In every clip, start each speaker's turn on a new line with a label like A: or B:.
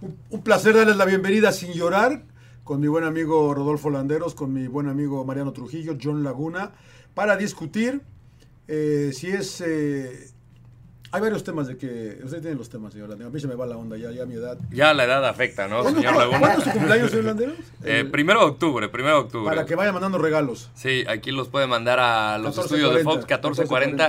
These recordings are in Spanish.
A: Un, un placer darles la bienvenida sin llorar con mi buen amigo Rodolfo Landeros, con mi buen amigo Mariano Trujillo, John Laguna, para discutir eh, si es... eh, hay varios temas de que... Usted tiene los temas, señor Landeros. A mí se me va la onda ya, ya mi edad.
B: Ya la edad afecta, ¿no,
A: ¿Cuándo,
B: señor
A: cuándo-
B: Laguna?
A: cuándo es su cumpleaños, señor Landeros?
B: Eh,
A: El-
B: primero de octubre, primero de octubre.
A: para que vaya mandando regalos.
B: Sí, aquí los puede mandar a
A: 1440,
B: los estudios de Fox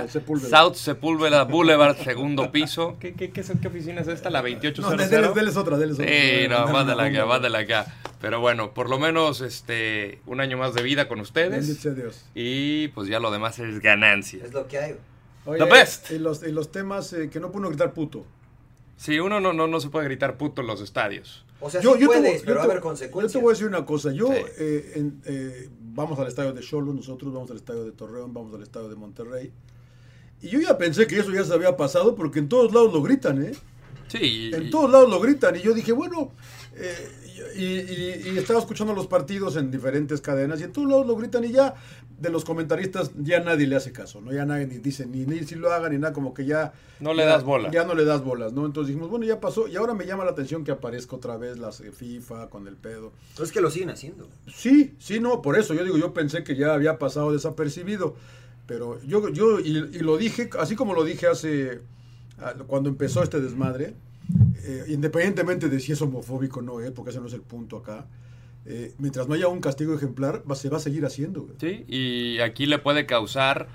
B: 1440,
A: 1440, Sepúlveda.
B: South Sepúlveda Boulevard, segundo piso. ¿Qué, qué, qué, qué oficina es esta? ¿La
A: No,
B: 2800?
A: denles, denles otra, denles otra.
B: Sí, no,
A: Denles
B: mándala
A: otra.
B: acá, mándala acá. Pero bueno, por lo menos este un año más de vida con
A: Bendito
B: ustedes.
A: sea Dios.
B: Y pues ya lo demás es ganancia.
C: Es lo que hay.
A: Oye,
B: The best.
A: Y los, y los temas eh, que no pudo gritar puto.
B: Sí, uno no, no, no se puede gritar puto en los estadios.
C: O sea,
A: Yo,
C: sí
A: yo te,
C: puedes,
A: voy- yo
C: pero va a
A: te-
C: haber consecuencias.
A: yo te voy a decir una cosa. Yo
B: Sí.
A: eh, en- eh, vamos al estadio de Cholos, nosotros vamos al estadio de Torreón, vamos al estadio de Monterrey. Y yo ya pensé que eso ya se había pasado porque en todos lados lo gritan, ¿eh?
B: Sí,
A: En
B: y-
A: todos lados lo gritan. Y yo dije, bueno, eh, y, y- y estaba escuchando los partidos en diferentes cadenas y en todos lados lo gritan y ya de los comentaristas ya nadie le hace caso, ¿no? Ya nadie ni dice ni, ni si lo hagan ni nada, como que ya...
B: No le
A: ya-
B: das bola.
A: Ya no le das bolas, ¿no? Entonces dijimos, bueno, ya pasó. Y ahora me llama la atención que aparezca otra vez las eh, FIFA con el pedo.
C: Es que lo siguen haciendo.
A: Sí, sí, no, por eso yo digo, yo pensé que ya había pasado desapercibido, pero yo, yo y, y lo dije, así como lo dije hace, a- cuando empezó este desmadre, eh, independientemente de si es homofóbico o no, eh, porque ese no es el punto acá, eh, mientras no haya un castigo ejemplar, va- se va a seguir haciendo. güey.
B: Sí, y aquí le puede causar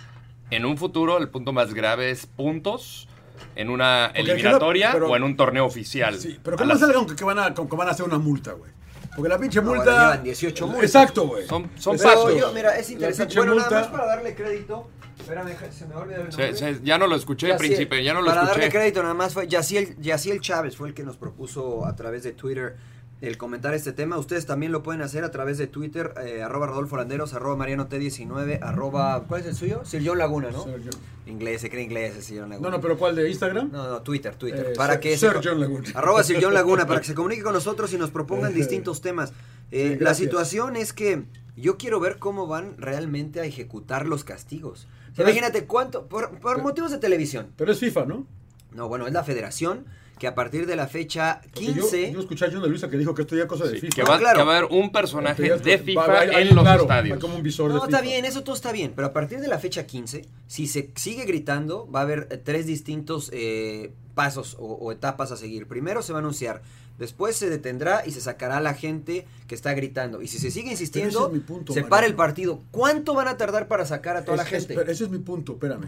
B: en un futuro el punto más grave es puntos en una
A: aquí la-
B: eliminatoria
A: pero-
B: o en un torneo oficial.
A: Sí, pero
B: A
A: ¿cómo
B: las-
A: salgan que, que van a, con que van a hacer una multa, güey? Porque la pinche
C: No,
A: multa...
C: ahora llevan 18 multas.
A: Exacto, güey.
B: Son- son
A: Exacto.
B: pasos.
C: Pero yo, mira, es
A: La
C: interesante.
A: pinche
C: Bueno, nada
A: multa-
C: más para darle crédito. Espérame, se me olvidó el nombre.
B: se- se- ya no lo escuché,
C: Yaciel.
B: príncipe, ya no lo
C: Para
B: escuché.
C: darle crédito, nada más fue Yaciel, Yaciel Chávez fue el que nos propuso a través de Twitter el comentar este tema. Ustedes también lo pueden hacer a través de Twitter, eh, arroba Rodolfo Landeros, arroba Mariano T19, arroba... ¿Cuál es el suyo? Sir John Laguna, ¿no?
A: Sir
C: Inglés, se cree inglés el Sir John Laguna.
A: No, no, pero ¿cuál de Instagram?
C: No, no, Twitter, Twitter.
A: Eh,
C: para
A: Sir-
C: que
A: Sir
C: se-
A: John Laguna.
C: Arroba Sir John Laguna, para que se comunique con nosotros y nos propongan
A: Ejé.
C: distintos temas. Eh,
A: Sí,
C: la
A: gracias.
C: situación es que yo quiero ver cómo van realmente a ejecutar los castigos. O sea,
A: Pero es-
C: imagínate cuánto, por, por
A: Pero-
C: motivos de televisión.
A: Pero es FIFA, ¿no?
C: No, bueno, es la federación que a partir de la fecha
A: Porque yo-
C: 15...
A: Yo, escuché a John de Luisa que dijo que esto ya es cosa de
B: Sí,
A: FIFA.
B: que, va,
C: No, claro.
B: que va a haber un
A: Que
B: personaje
A: ya
B: de
A: es- va-
B: FIFA
A: va- hay-
B: en los
A: claro,
B: estadios.
A: hay como un visor de
C: No, está
A: FIFA.
C: bien, eso todo está bien, pero a partir de la fecha 15, si se sigue gritando, va a haber eh, tres distintos eh, pasos o, o etapas a seguir. Primero se va a anunciar, después se detendrá y se sacará a la gente que está gritando. Y si se sigue
A: ese
C: insistiendo,
A: es mi punto,
C: se
A: Mariano.
C: para el partido. ¿Cuánto van a tardar para sacar a toda la
A: Es-
C: gente?
A: es- pero ese es mi punto, espérame.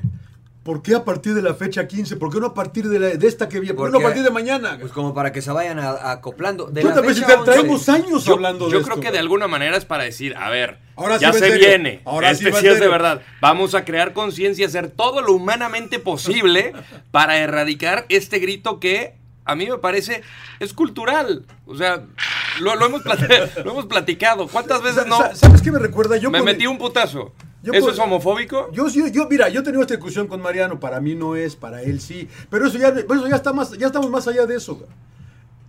A: ¿Por qué a partir de la fecha 15? ¿Por qué no a partir de, la- de esta que viene? ¿Por qué no a
C: Porque-
A: partir de mañana?
C: Pues como para que se vayan a- acoplando. De
A: Yo
C: la
A: también
C: fecha
A: te-
C: 11,
A: traemos años
B: Yo,
A: hablando
B: yo
A: de
B: creo
A: esto.
B: que de alguna manera es para decir, a ver,
A: Ahora sí
B: ya
A: va en
B: se
A: serio,
B: viene,
A: ahora sí
B: este
A: va
B: sí,
A: en
B: es de
A: serio.
B: verdad. Vamos a crear conciencia, hacer todo lo humanamente posible para erradicar este grito que a mí me parece es cultural. O sea, lo, lo hemos, plati- lo hemos platicado. ¿Cuántas veces
A: Sa-
B: no?
A: sa- ¿Sabes qué me recuerda? Yo
B: Me
A: con-
B: metí un putazo.
A: Yo
B: ¿Eso
A: con-
B: es homofóbico?
A: Yo, yo, yo, mira, yo he tenido esta discusión con Mariano, para mí no es, para él sí, pero eso ya, pero eso ya, está más, ya estamos más allá de eso. güey.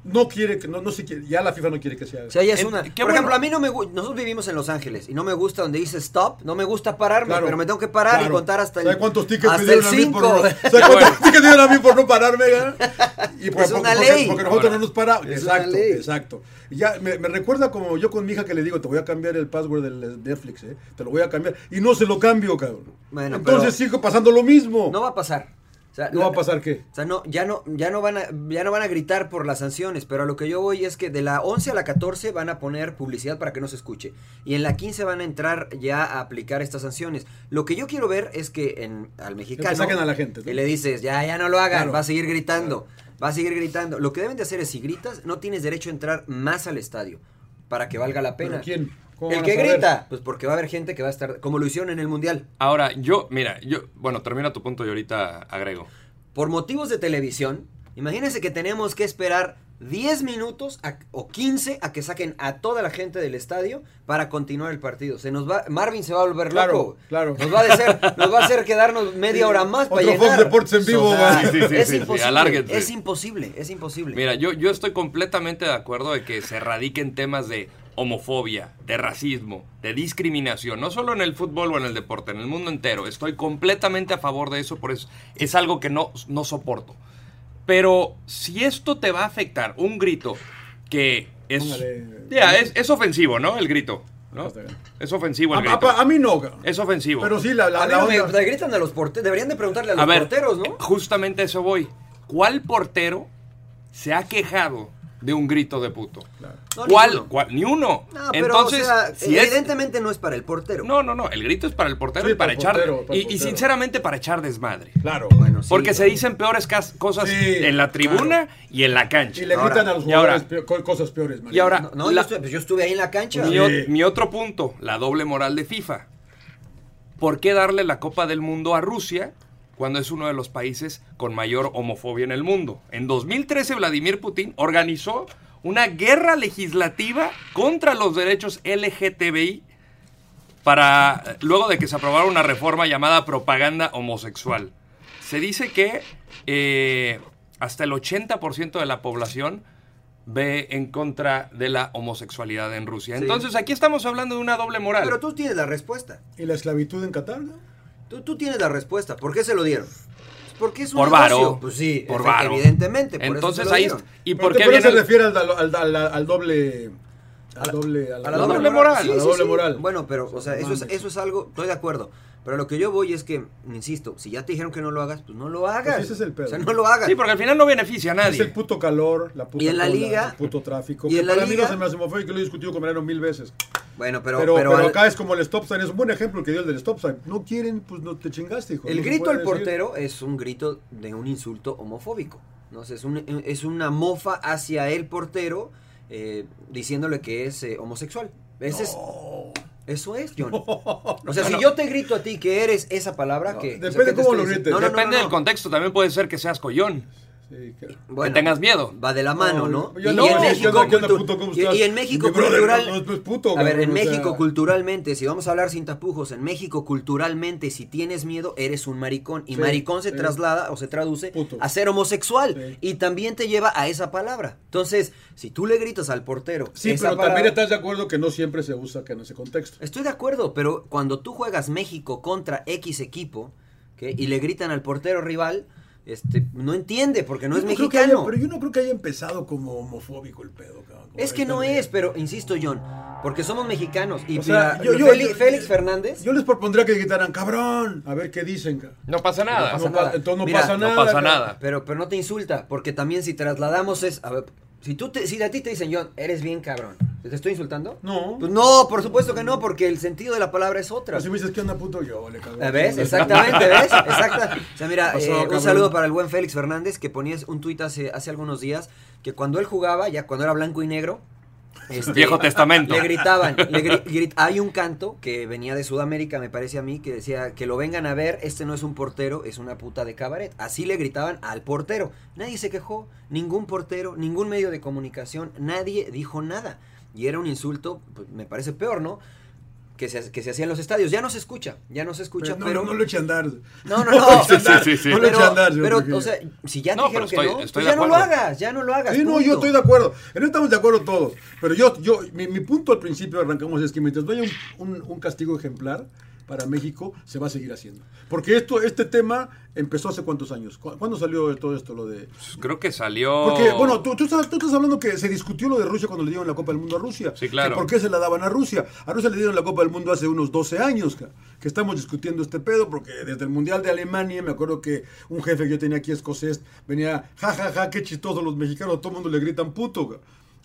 A: No quiere que, no, no se quiere, ya la FIFA no quiere que se haga.
C: O sea, ya es
B: En-
C: una.
B: qué
C: Por
B: bueno.
C: ejemplo, a mí no me gusta. Nosotros vivimos en Los Ángeles y no me gusta donde dice stop. No me gusta pararme,
A: Claro,
C: pero me tengo que parar y
A: claro.
C: contar hasta el.
A: ¿Sabe cuántos tickets me
C: hasta
A: dieron
C: el
A: a mí por
C: 5?
A: no, ¿Sabe cuántos
B: bueno.
A: tickets dieron a mí por no pararme? eh? Y por-
C: Es
A: por-
C: una
A: porque,
C: ley.
A: porque nosotros no nos paramos.
C: Es
A: Exacto,
C: una ley.
A: exacto. Y Ya me, me recuerda como yo con mi hija que le digo, te voy a cambiar el password del Netflix, eh, te lo voy a cambiar. Y no se lo cambio, cabrón.
C: Bueno,
A: Entonces
C: pero-
A: sigo pasando lo mismo.
C: No va a pasar. O sea,
A: ¿No
C: la-
A: va a pasar qué?
C: O sea, no, ya no, ya no van a, ya no van a gritar por las sanciones, pero a lo que yo voy es que de la 11 a la 14 van a poner publicidad para que no se escuche. Y en la 15 van a entrar ya a aplicar estas sanciones. Lo que yo quiero ver es que en, al mexicano.
A: saquen a la gente, ¿no?
C: Y le dices, ya, ya no lo hagan,
A: Claro.
C: va a seguir gritando, va a seguir gritando. Lo que deben de hacer es, si gritas, no tienes derecho a entrar más al estadio para que valga la pena.
A: ¿Pero quién? ¿Cómo
C: El
A: van a
C: que
A: saber?
C: grita, pues porque va a haber gente que va a estar, como lo hicieron en el Mundial.
B: Ahora, yo, mira, yo, bueno, termina tu punto y ahorita agrego.
C: por motivos de televisión, Imagínense que tenemos que esperar 10 minutos a- o 15 a que saquen a toda la gente del estadio para continuar el partido. Se nos va, Marvin se va a volver
A: Claro,
C: loco.
A: claro.
C: Nos va, a hacer, nos va a hacer quedarnos media hora más para
A: Otro
C: llegar.
A: Fox Deportes en vivo,
C: O sea,
A: güey.
D: Sí, sí, sí,
C: es,
D: sí, sí,
C: imposible,
B: alárguense.
C: es imposible, es imposible.
B: Mira, yo, yo estoy completamente de acuerdo de que se radiquen temas de homofobia, de racismo, de discriminación, no solo en el fútbol o en el deporte, en el mundo entero. Estoy completamente a favor de eso, por eso es algo que no, no soporto. Pero si esto te va a afectar, un grito que es,
A: Póngale.
B: Ya, es, es ofensivo, ¿no? El grito. ¿no?
A: Está bien.
B: Es ofensivo
A: A,
B: el grito.
A: a- a mí no.
B: es ofensivo.
A: ah, Pero sí, la, la-
C: A mí
A: la
C: no me-
A: onda-
C: le gritan a los porteros. Deberían de preguntarle a los
B: A ver, eh,
C: porteros, ¿no?
B: justamente a eso voy. ¿Cuál portero se ha quejado de un grito de puto?
C: No,
B: ¿Cuál,
C: ninguno.
B: ¿Cuál? Ni uno.
C: No, pero
B: Entonces,
C: o sea, eh,
B: si es-
C: evidentemente no es para el portero.
B: No, no, no. El grito es para el portero
A: Sí,
B: y
A: para
B: para,
A: el
B: echar.
A: portero, para el
B: y- y,
A: portero.
B: sinceramente para echar desmadre.
A: Claro.
C: Bueno, sí,
B: Porque se
C: bueno.
B: dicen peores cas- cosas
A: Sí,
B: en la tribuna y en la cancha.
A: Y le
C: Ahora,
A: gritan a los
B: y ahora-
A: jugadores peor- co- cosas peores, man.
B: Y ahora-
C: No, no, yo,
B: La-
C: estuve, pues yo estuve ahí en la cancha.
B: Mi,
A: Sí.
B: o- mi otro punto, la doble moral de FIFA. ¿Por qué darle la Copa del Mundo a Rusia cuando es uno de los países con mayor homofobia en el mundo? En 2013 Vladimir Putin organizó una guerra legislativa contra los derechos LGTBI para luego de que se aprobara una reforma llamada propaganda homosexual. Se dice que eh, hasta el 80% de la población ve en contra de la homosexualidad en Rusia. Entonces aquí estamos hablando de una doble moral.
C: Pero tú tienes la respuesta.
A: ¿Y la esclavitud en Qatar? no?
C: Tú, tú tienes la respuesta. ¿Por qué se lo dieron? Pues Porque es un
B: por
C: negocio.
B: varo.
C: Pues sí,
B: por
C: efe-
B: varo.
C: evidentemente. por eso
B: Entonces
C: se lo
B: ahí
C: dieron.
B: y
A: Pero
B: por
A: te-
B: qué
A: pero
B: viene
A: se refiere al, al- al- al doble. Al doble.
C: A
B: la doble moral.
C: Sí,
A: A la
C: sí,
A: doble
C: sí.
A: moral.
C: Bueno, pero, o sea, eso es,
A: Mames.
C: eso es algo, estoy de acuerdo. Pero lo que yo voy es que, insisto, si ya te dijeron que no lo hagas, pues no lo hagas.
A: ese es el pedo.
C: O sea, no lo hagas.
B: Sí, porque al final no beneficia a
A: Es el
B: nadie.
A: puto calor, la puta
C: Y en la
A: cola,
C: liga-
A: el puto tráfico.
C: y
A: que
C: en la
A: para mí
C: liga-
A: no se me hace homofóbico, que lo he discutido con Mariano mil veces.
C: bueno, pero,
A: Pero, pero,
C: al-
A: acá es como el stop sign, es un buen ejemplo el que dio el del stop sign. No quieren, pues no te chingaste, hijo.
C: el
A: no se
C: grito
A: puede
C: al
A: decir.
C: portero es un grito de un insulto homofóbico. No sé, es, un- es una mofa hacia el portero eh, diciéndole que es eh, homosexual. Ese es- eso es, John. O sea, si yo te grito a ti que eres esa palabra, que.
A: Depende
C: o sea, ¿qué te
A: cómo
C: estoy
A: lo
C: diciendo?
A: grites.
C: No, no, no,
B: Depende
C: no,
B: del
C: no.
B: contexto, también puede ser que seas collón.
A: Sí, que-
C: Bueno,
B: que tengas miedo.
C: Va de la mano, ¿no?
A: No, yo
C: Y
A: no,
C: en
A: yo
C: México,
A: no, ¿qué onda,
C: cultu-
A: puto? ¿Cómo
C: y-
A: estás?
C: y en México
A: Mi brother,
C: cultural.
A: no, no, pues, puto,
C: a ver,
A: cabrón,
C: en
A: o sea.
C: México culturalmente, si vamos a hablar sin tapujos, en México culturalmente, si tienes miedo, eres un maricón. Y
A: Sí,
C: maricón se
A: sí.
C: traslada o se traduce
A: Puto.
C: a ser homosexual.
A: Sí.
C: Y también te lleva a esa palabra. Entonces, si tú le gritas al portero.
A: Sí,
C: esa
A: pero también
C: palabra-
A: estás de acuerdo que no siempre se usa que en ese contexto.
C: Estoy de acuerdo, pero cuando tú juegas México contra X equipo ¿ok? y le gritan al portero rival, este, no entiende porque no
A: Yo
C: es
A: creo que haya-
C: mexicano.
A: pero yo no creo que haya empezado como homofóbico el pedo, cabrón.
C: Es que no es, pero insisto, John, porque somos mexicanos. Y
A: O sea,
C: mira,
A: yo- yo-
C: Félix,
A: yo-
C: Félix Fernández.
A: Yo les propondría que gritaran, cabrón, a ver qué dicen, cabrón.
B: No pasa nada.
C: pasa
A: No pa-
C: nada.
A: Entonces no
C: Mira,
A: pasa
C: no
A: nada.
B: pasa
A: cabrón.
B: nada.
C: Pero, pero no te insulta, porque también si trasladamos es. A ver, si, tú te- si a ti te dicen, John, eres bien cabrón, ¿te estoy insultando?
A: No. Pues
C: Pues no, por supuesto que no, porque el sentido de la palabra es otra.
A: Pero Si me dices, ¿qué onda, puto? Yo, le cago.
C: Ah, ¿Ves? Exactamente, ¿ves? Exacta. O sea, mira,
A: Pasó,
C: eh, un
A: cabrón.
C: saludo para el buen Félix Fernández que ponías un tuit hace, hace algunos días que cuando él jugaba, ya cuando era blanco y negro. este,
B: Viejo Testamento.
C: Le gritaban, le gri- grit- hay un canto que venía de Sudamérica, me parece a mí, que decía que lo vengan a ver, este no es un portero, es una puta de cabaret. Así le gritaban al portero. Nadie se quejó, ningún portero, ningún medio de comunicación, nadie dijo nada. Y era un insulto, pues, me parece peor, ¿no? Que se, que se hacía en los estadios. Ya no se escucha, ya no se escucha,
A: Pero
C: pero...
A: no, no lo eche a andar.
C: No, no, no.
A: Sí, sí,
D: sí, sí.
C: Pero,
A: No le eche a andar, yo
C: pero,
A: creo que-
C: o sea, si ya te
B: No,
C: dijeron
B: pero estoy-
C: que no,
B: estoy
C: pues
B: de
C: ya no lo
B: acuerdo.
C: hagas, ya no lo hagas.
A: Sí, no,
C: punto.
A: yo estoy de acuerdo. En eso estamos de acuerdo todos. Pero yo, yo mi, mi punto al principio arrancamos es que mientras no haya un, un- un castigo ejemplar para México, se va a seguir haciendo. Porque esto, este tema empezó hace cuántos años. ¿Cu- ¿Cuándo salió todo esto? Lo de.
B: Creo que salió.
A: Porque, bueno, tú, tú estás, tú estás hablando que se discutió lo de Rusia cuando le dieron la Copa del Mundo a Rusia.
B: Sí, claro.
A: Que ¿Por qué se la daban a Rusia? A Rusia le dieron la Copa del Mundo hace unos 12 años, ca, que estamos discutiendo este pedo, porque desde el Mundial de Alemania, me acuerdo que un jefe que yo tenía aquí escocés venía, ja, ja, ja, qué chistoso los mexicanos, todo el mundo le gritan puto, ca,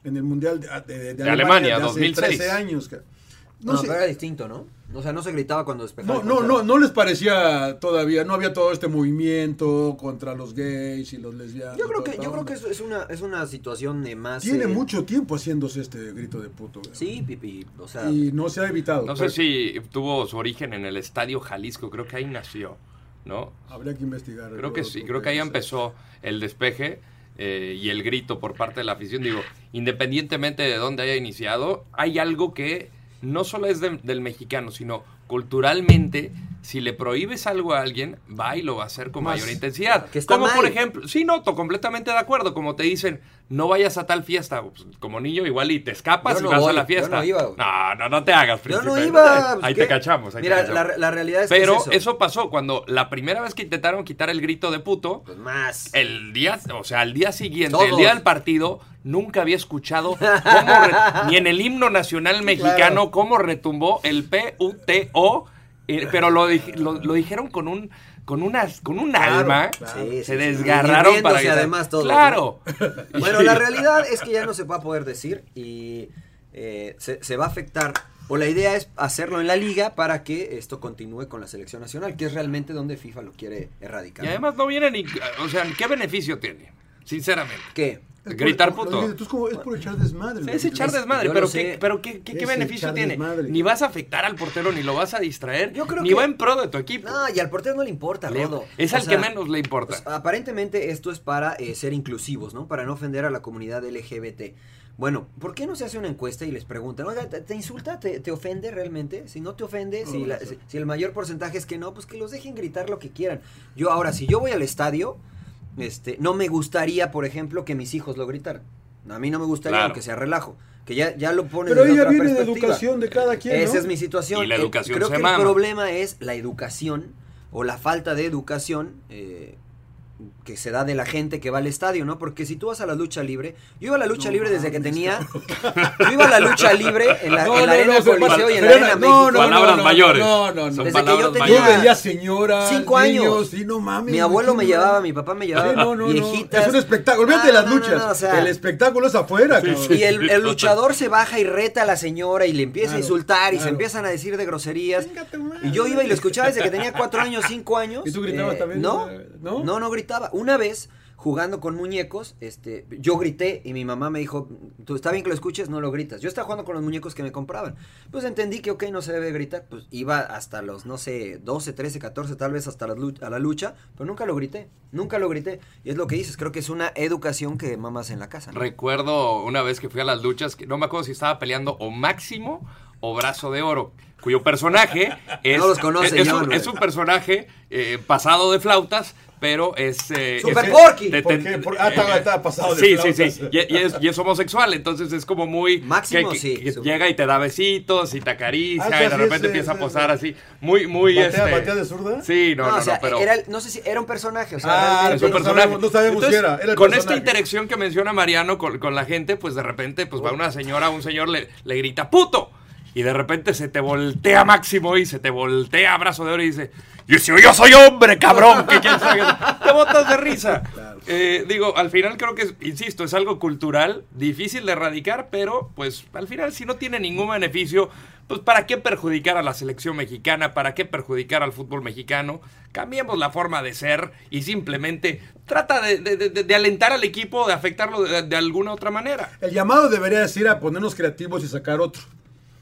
A: en el Mundial de, de- de
B: De Alemania,
A: Alemania, de hace
B: 2006.
A: 13 años, ca.
C: No, pero era distinto, ¿no? O sea, no se gritaba cuando despejaba.
A: No,
C: el
A: no,
C: portero.
A: no, no les parecía todavía, no había todo este movimiento contra los gays y los lesbianas.
C: Yo creo
A: toda
C: que,
A: esta
C: yo creo
A: onda.
C: que es, es una, es una situación de más...
A: Tiene
C: eh,
A: mucho tiempo haciéndose este grito de puto. güey.
C: Sí, pipi, o sea...
A: Y no se ha evitado.
B: No
A: Pero
B: sé si tuvo su origen en el Estadio Jalisco, creo que ahí nació, ¿no?
A: Habría que investigar.
B: Creo que sí,
A: Yo
B: creo que ahí
A: sí.
B: empezó el despeje eh, y el grito por parte de la afición, digo, independientemente de dónde haya iniciado, hay algo que no solo es de- del mexicano, sino culturalmente, si le prohíbes algo a alguien, va y lo va a hacer con
A: Más.
B: mayor intensidad.
C: Que está
B: Como por
C: mal.
B: ejemplo, sí, noto completamente de acuerdo, como te dicen, no vayas a tal fiesta, pues, como niño igual y te escapas
C: Yo
B: y
C: no
B: vas a
C: voy,
B: la
C: yo
B: fiesta.
C: no iba, güey.
B: no, no, no te hagas,
C: Yo no
B: príncipe.
C: iba. pues,
B: Ahí
C: ¿qué?
B: te cachamos. ahí te
C: Mira,
B: cachamos.
C: la, la realidad es que
B: Pero
C: es
B: eso? pasó cuando la primera vez que intentaron quitar el grito de puto,
C: Pues más.
B: el día, o sea, al día siguiente, el
C: Todos.
B: día del partido, nunca había escuchado cómo re- ni en el himno nacional mexicano
A: claro.
B: cómo retumbó el PUTO, eh, pero lo, dij- lo, lo dijeron con un con unas con un
A: Claro,
B: alma,
A: claro.
B: se
C: Sí, sí, sí.
B: desgarraron
C: Y
B: para
C: riéndose
B: gritar.
C: además todos,
B: Claro.
C: Bueno, la realidad es que ya no se va a poder decir y eh, se, se va a afectar. O la idea es hacerlo en la liga para que esto continúe con la selección nacional, que es realmente donde FIFA lo quiere erradicar.
B: Y además no viene ni, o sea, ¿qué beneficio tiene? Sinceramente.
C: ¿Qué?
A: Es por-
B: Gritar
A: como- lo
B: puto.
A: dije, tú es, como- es por echar desmadre.
B: Es echar
A: Es-
B: desmadre,
C: yo
B: pero
C: lo
B: ¿qué,
C: sé.
B: pero qué, qué- qué
A: Es
B: beneficio
A: echar
B: tiene?
A: desmadre.
B: Ni vas a afectar al portero, ni lo vas a distraer,
C: Yo creo
B: ni
C: que-
B: va en pro de tu equipo.
C: No, y al portero no le importa,
B: Le-
C: Rodo.
B: es
C: O
B: al
C: sea,
B: que menos le importa.
C: pues, aparentemente esto es para eh, ser inclusivos, ¿no? Para no ofender a la comunidad LGBT. Bueno, ¿por qué no se hace una encuesta y les preguntan, oiga, ¿te, te insulta? Te, te ofende realmente? Si no te ofende, si,
A: No,
C: la-
A: no sé.
C: si- si el mayor porcentaje es que no, pues que los dejen gritar lo que quieran. Yo ahora, si yo voy al estadio, este, no me gustaría, por ejemplo, que mis hijos lo gritaran. A mí no me gustaría,
B: Claro.
C: aunque sea relajo. Que ya, ya lo ponen
A: Pero
C: desde
A: ella
C: otra
A: viene de
C: perspectiva.
A: educación de cada quien.
C: Esa
A: ¿no?
C: es mi situación.
B: Y la
C: Eh,
B: educación
C: Creo
B: se
C: que
B: mama.
C: el problema es la educación o la falta de educación eh, que se da de la gente que va al estadio, ¿no? Porque si tú vas a la lucha libre, yo iba a la lucha
A: No
C: libre desde que
A: mames,
C: tenía, yo iba a la lucha libre en la,
A: No,
C: en la
A: no,
C: arena
A: no, se
C: Coliseo
A: pasa-
C: y en la
A: Serena,
C: arena
A: no,
C: México.
A: no,
B: palabras mayores.
A: no, no, no.
B: Son
C: Desde que
B: palabras
C: yo tenía-
A: Yo
B: mayores.
A: veía señoras,
C: Cinco años.
A: niños, y no mames.
C: mi abuelo me
A: ¿quién no?
C: llevaba, mi papá me llevaba,
A: Sí, no, no, no.
C: viejitas.
A: Es un espectáculo. Olvídate
C: Ah,
A: de las
C: no, no,
A: luchas.
C: no, o sea,
A: el espectáculo es afuera, cabrón.
C: Y el, el luchador se baja y reta a la señora y le empieza
A: Claro,
C: a insultar y se
A: claro.
C: empiezan a decir de groserías.
A: Chinga tu madre.
C: Y yo iba y lo escuchaba desde que tenía cuatro años, cinco años. Eh,
A: ¿Y tú gritabas también?
C: No,
A: ¿No?
C: no, no, gritaba. Una vez, jugando con muñecos, este, yo grité y mi mamá me dijo, tú está bien que lo escuches, no lo gritas. Yo estaba jugando con los muñecos que me compraban. Pues entendí que, ok, no se debe gritar. Pues iba hasta los, no sé, 12, 13, 14, tal vez hasta la lucha, a la lucha, pero nunca lo grité, nunca lo grité. Y es lo que dices, creo que es una educación que mamas en la casa. ¿no?
B: Recuerdo una vez que fui a las luchas, que no me acuerdo si estaba peleando o Máximo o Brazo de Oro, cuyo personaje es,
C: No los conoce,
B: es, es
C: John,
B: un,
C: güey.
B: es un personaje eh, pasado de flautas, pero es... eh,
C: Super
B: es-
C: Porky.
B: te-
A: ¿Por
B: te-
A: qué? Por- ah, está- está pasado de
B: Sí,
A: flautas.
B: sí, sí. Y, y es, y es homosexual, entonces es como muy...
C: Máximo,
B: que- que-
C: sí,
B: que
C: super.
B: llega y te da besitos y te acaricia
A: Ah, sí,
B: y de
A: así
B: repente
A: es, sí,
B: empieza a
A: sí,
B: posar
A: sí.
B: así. Muy, muy...
A: ¿Batea-
B: este,
A: batea de zurda?
B: Sí, no,
C: No,
B: no,
C: o sea,
B: no, pero...
C: era el- no sé si era un personaje, o sea,
A: Ah,
C: realmente-
B: Es un
A: no
B: personaje.
A: sabemos- no sabemos
B: Entonces,
A: si era, era el
B: con
A: personaje.
B: esta interacción que menciona Mariano con, con la gente, pues de repente pues
A: Oh.
B: va una señora, un señor le, le grita ¡puto! Y de repente se te voltea Máximo y se te voltea Brazo de Oro y dice yo soy, yo soy hombre, cabrón, que quién sabe qué". Te botas de risa. Eh, digo, al final creo que, es- insisto, es algo cultural, difícil de erradicar, pero pues al final si no tiene ningún beneficio, pues ¿para qué perjudicar a la selección mexicana? ¿Para qué perjudicar al fútbol mexicano? Cambiemos la forma de ser y simplemente trata de, de- de- de- de alentar al equipo, de afectarlo de, de alguna otra manera.
A: El llamado debería decir a ponernos creativos y sacar otro.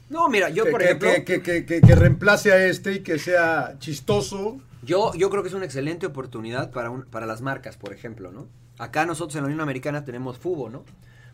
C: No, mira, yo
A: que,
C: por
A: que-
C: ejemplo,
A: que- que- que- que- que reemplace a este y que sea chistoso.
C: yo, yo creo que es una excelente oportunidad para, un- para las marcas, por ejemplo, ¿no? Acá nosotros en la Unión Americana tenemos FUBO, ¿no?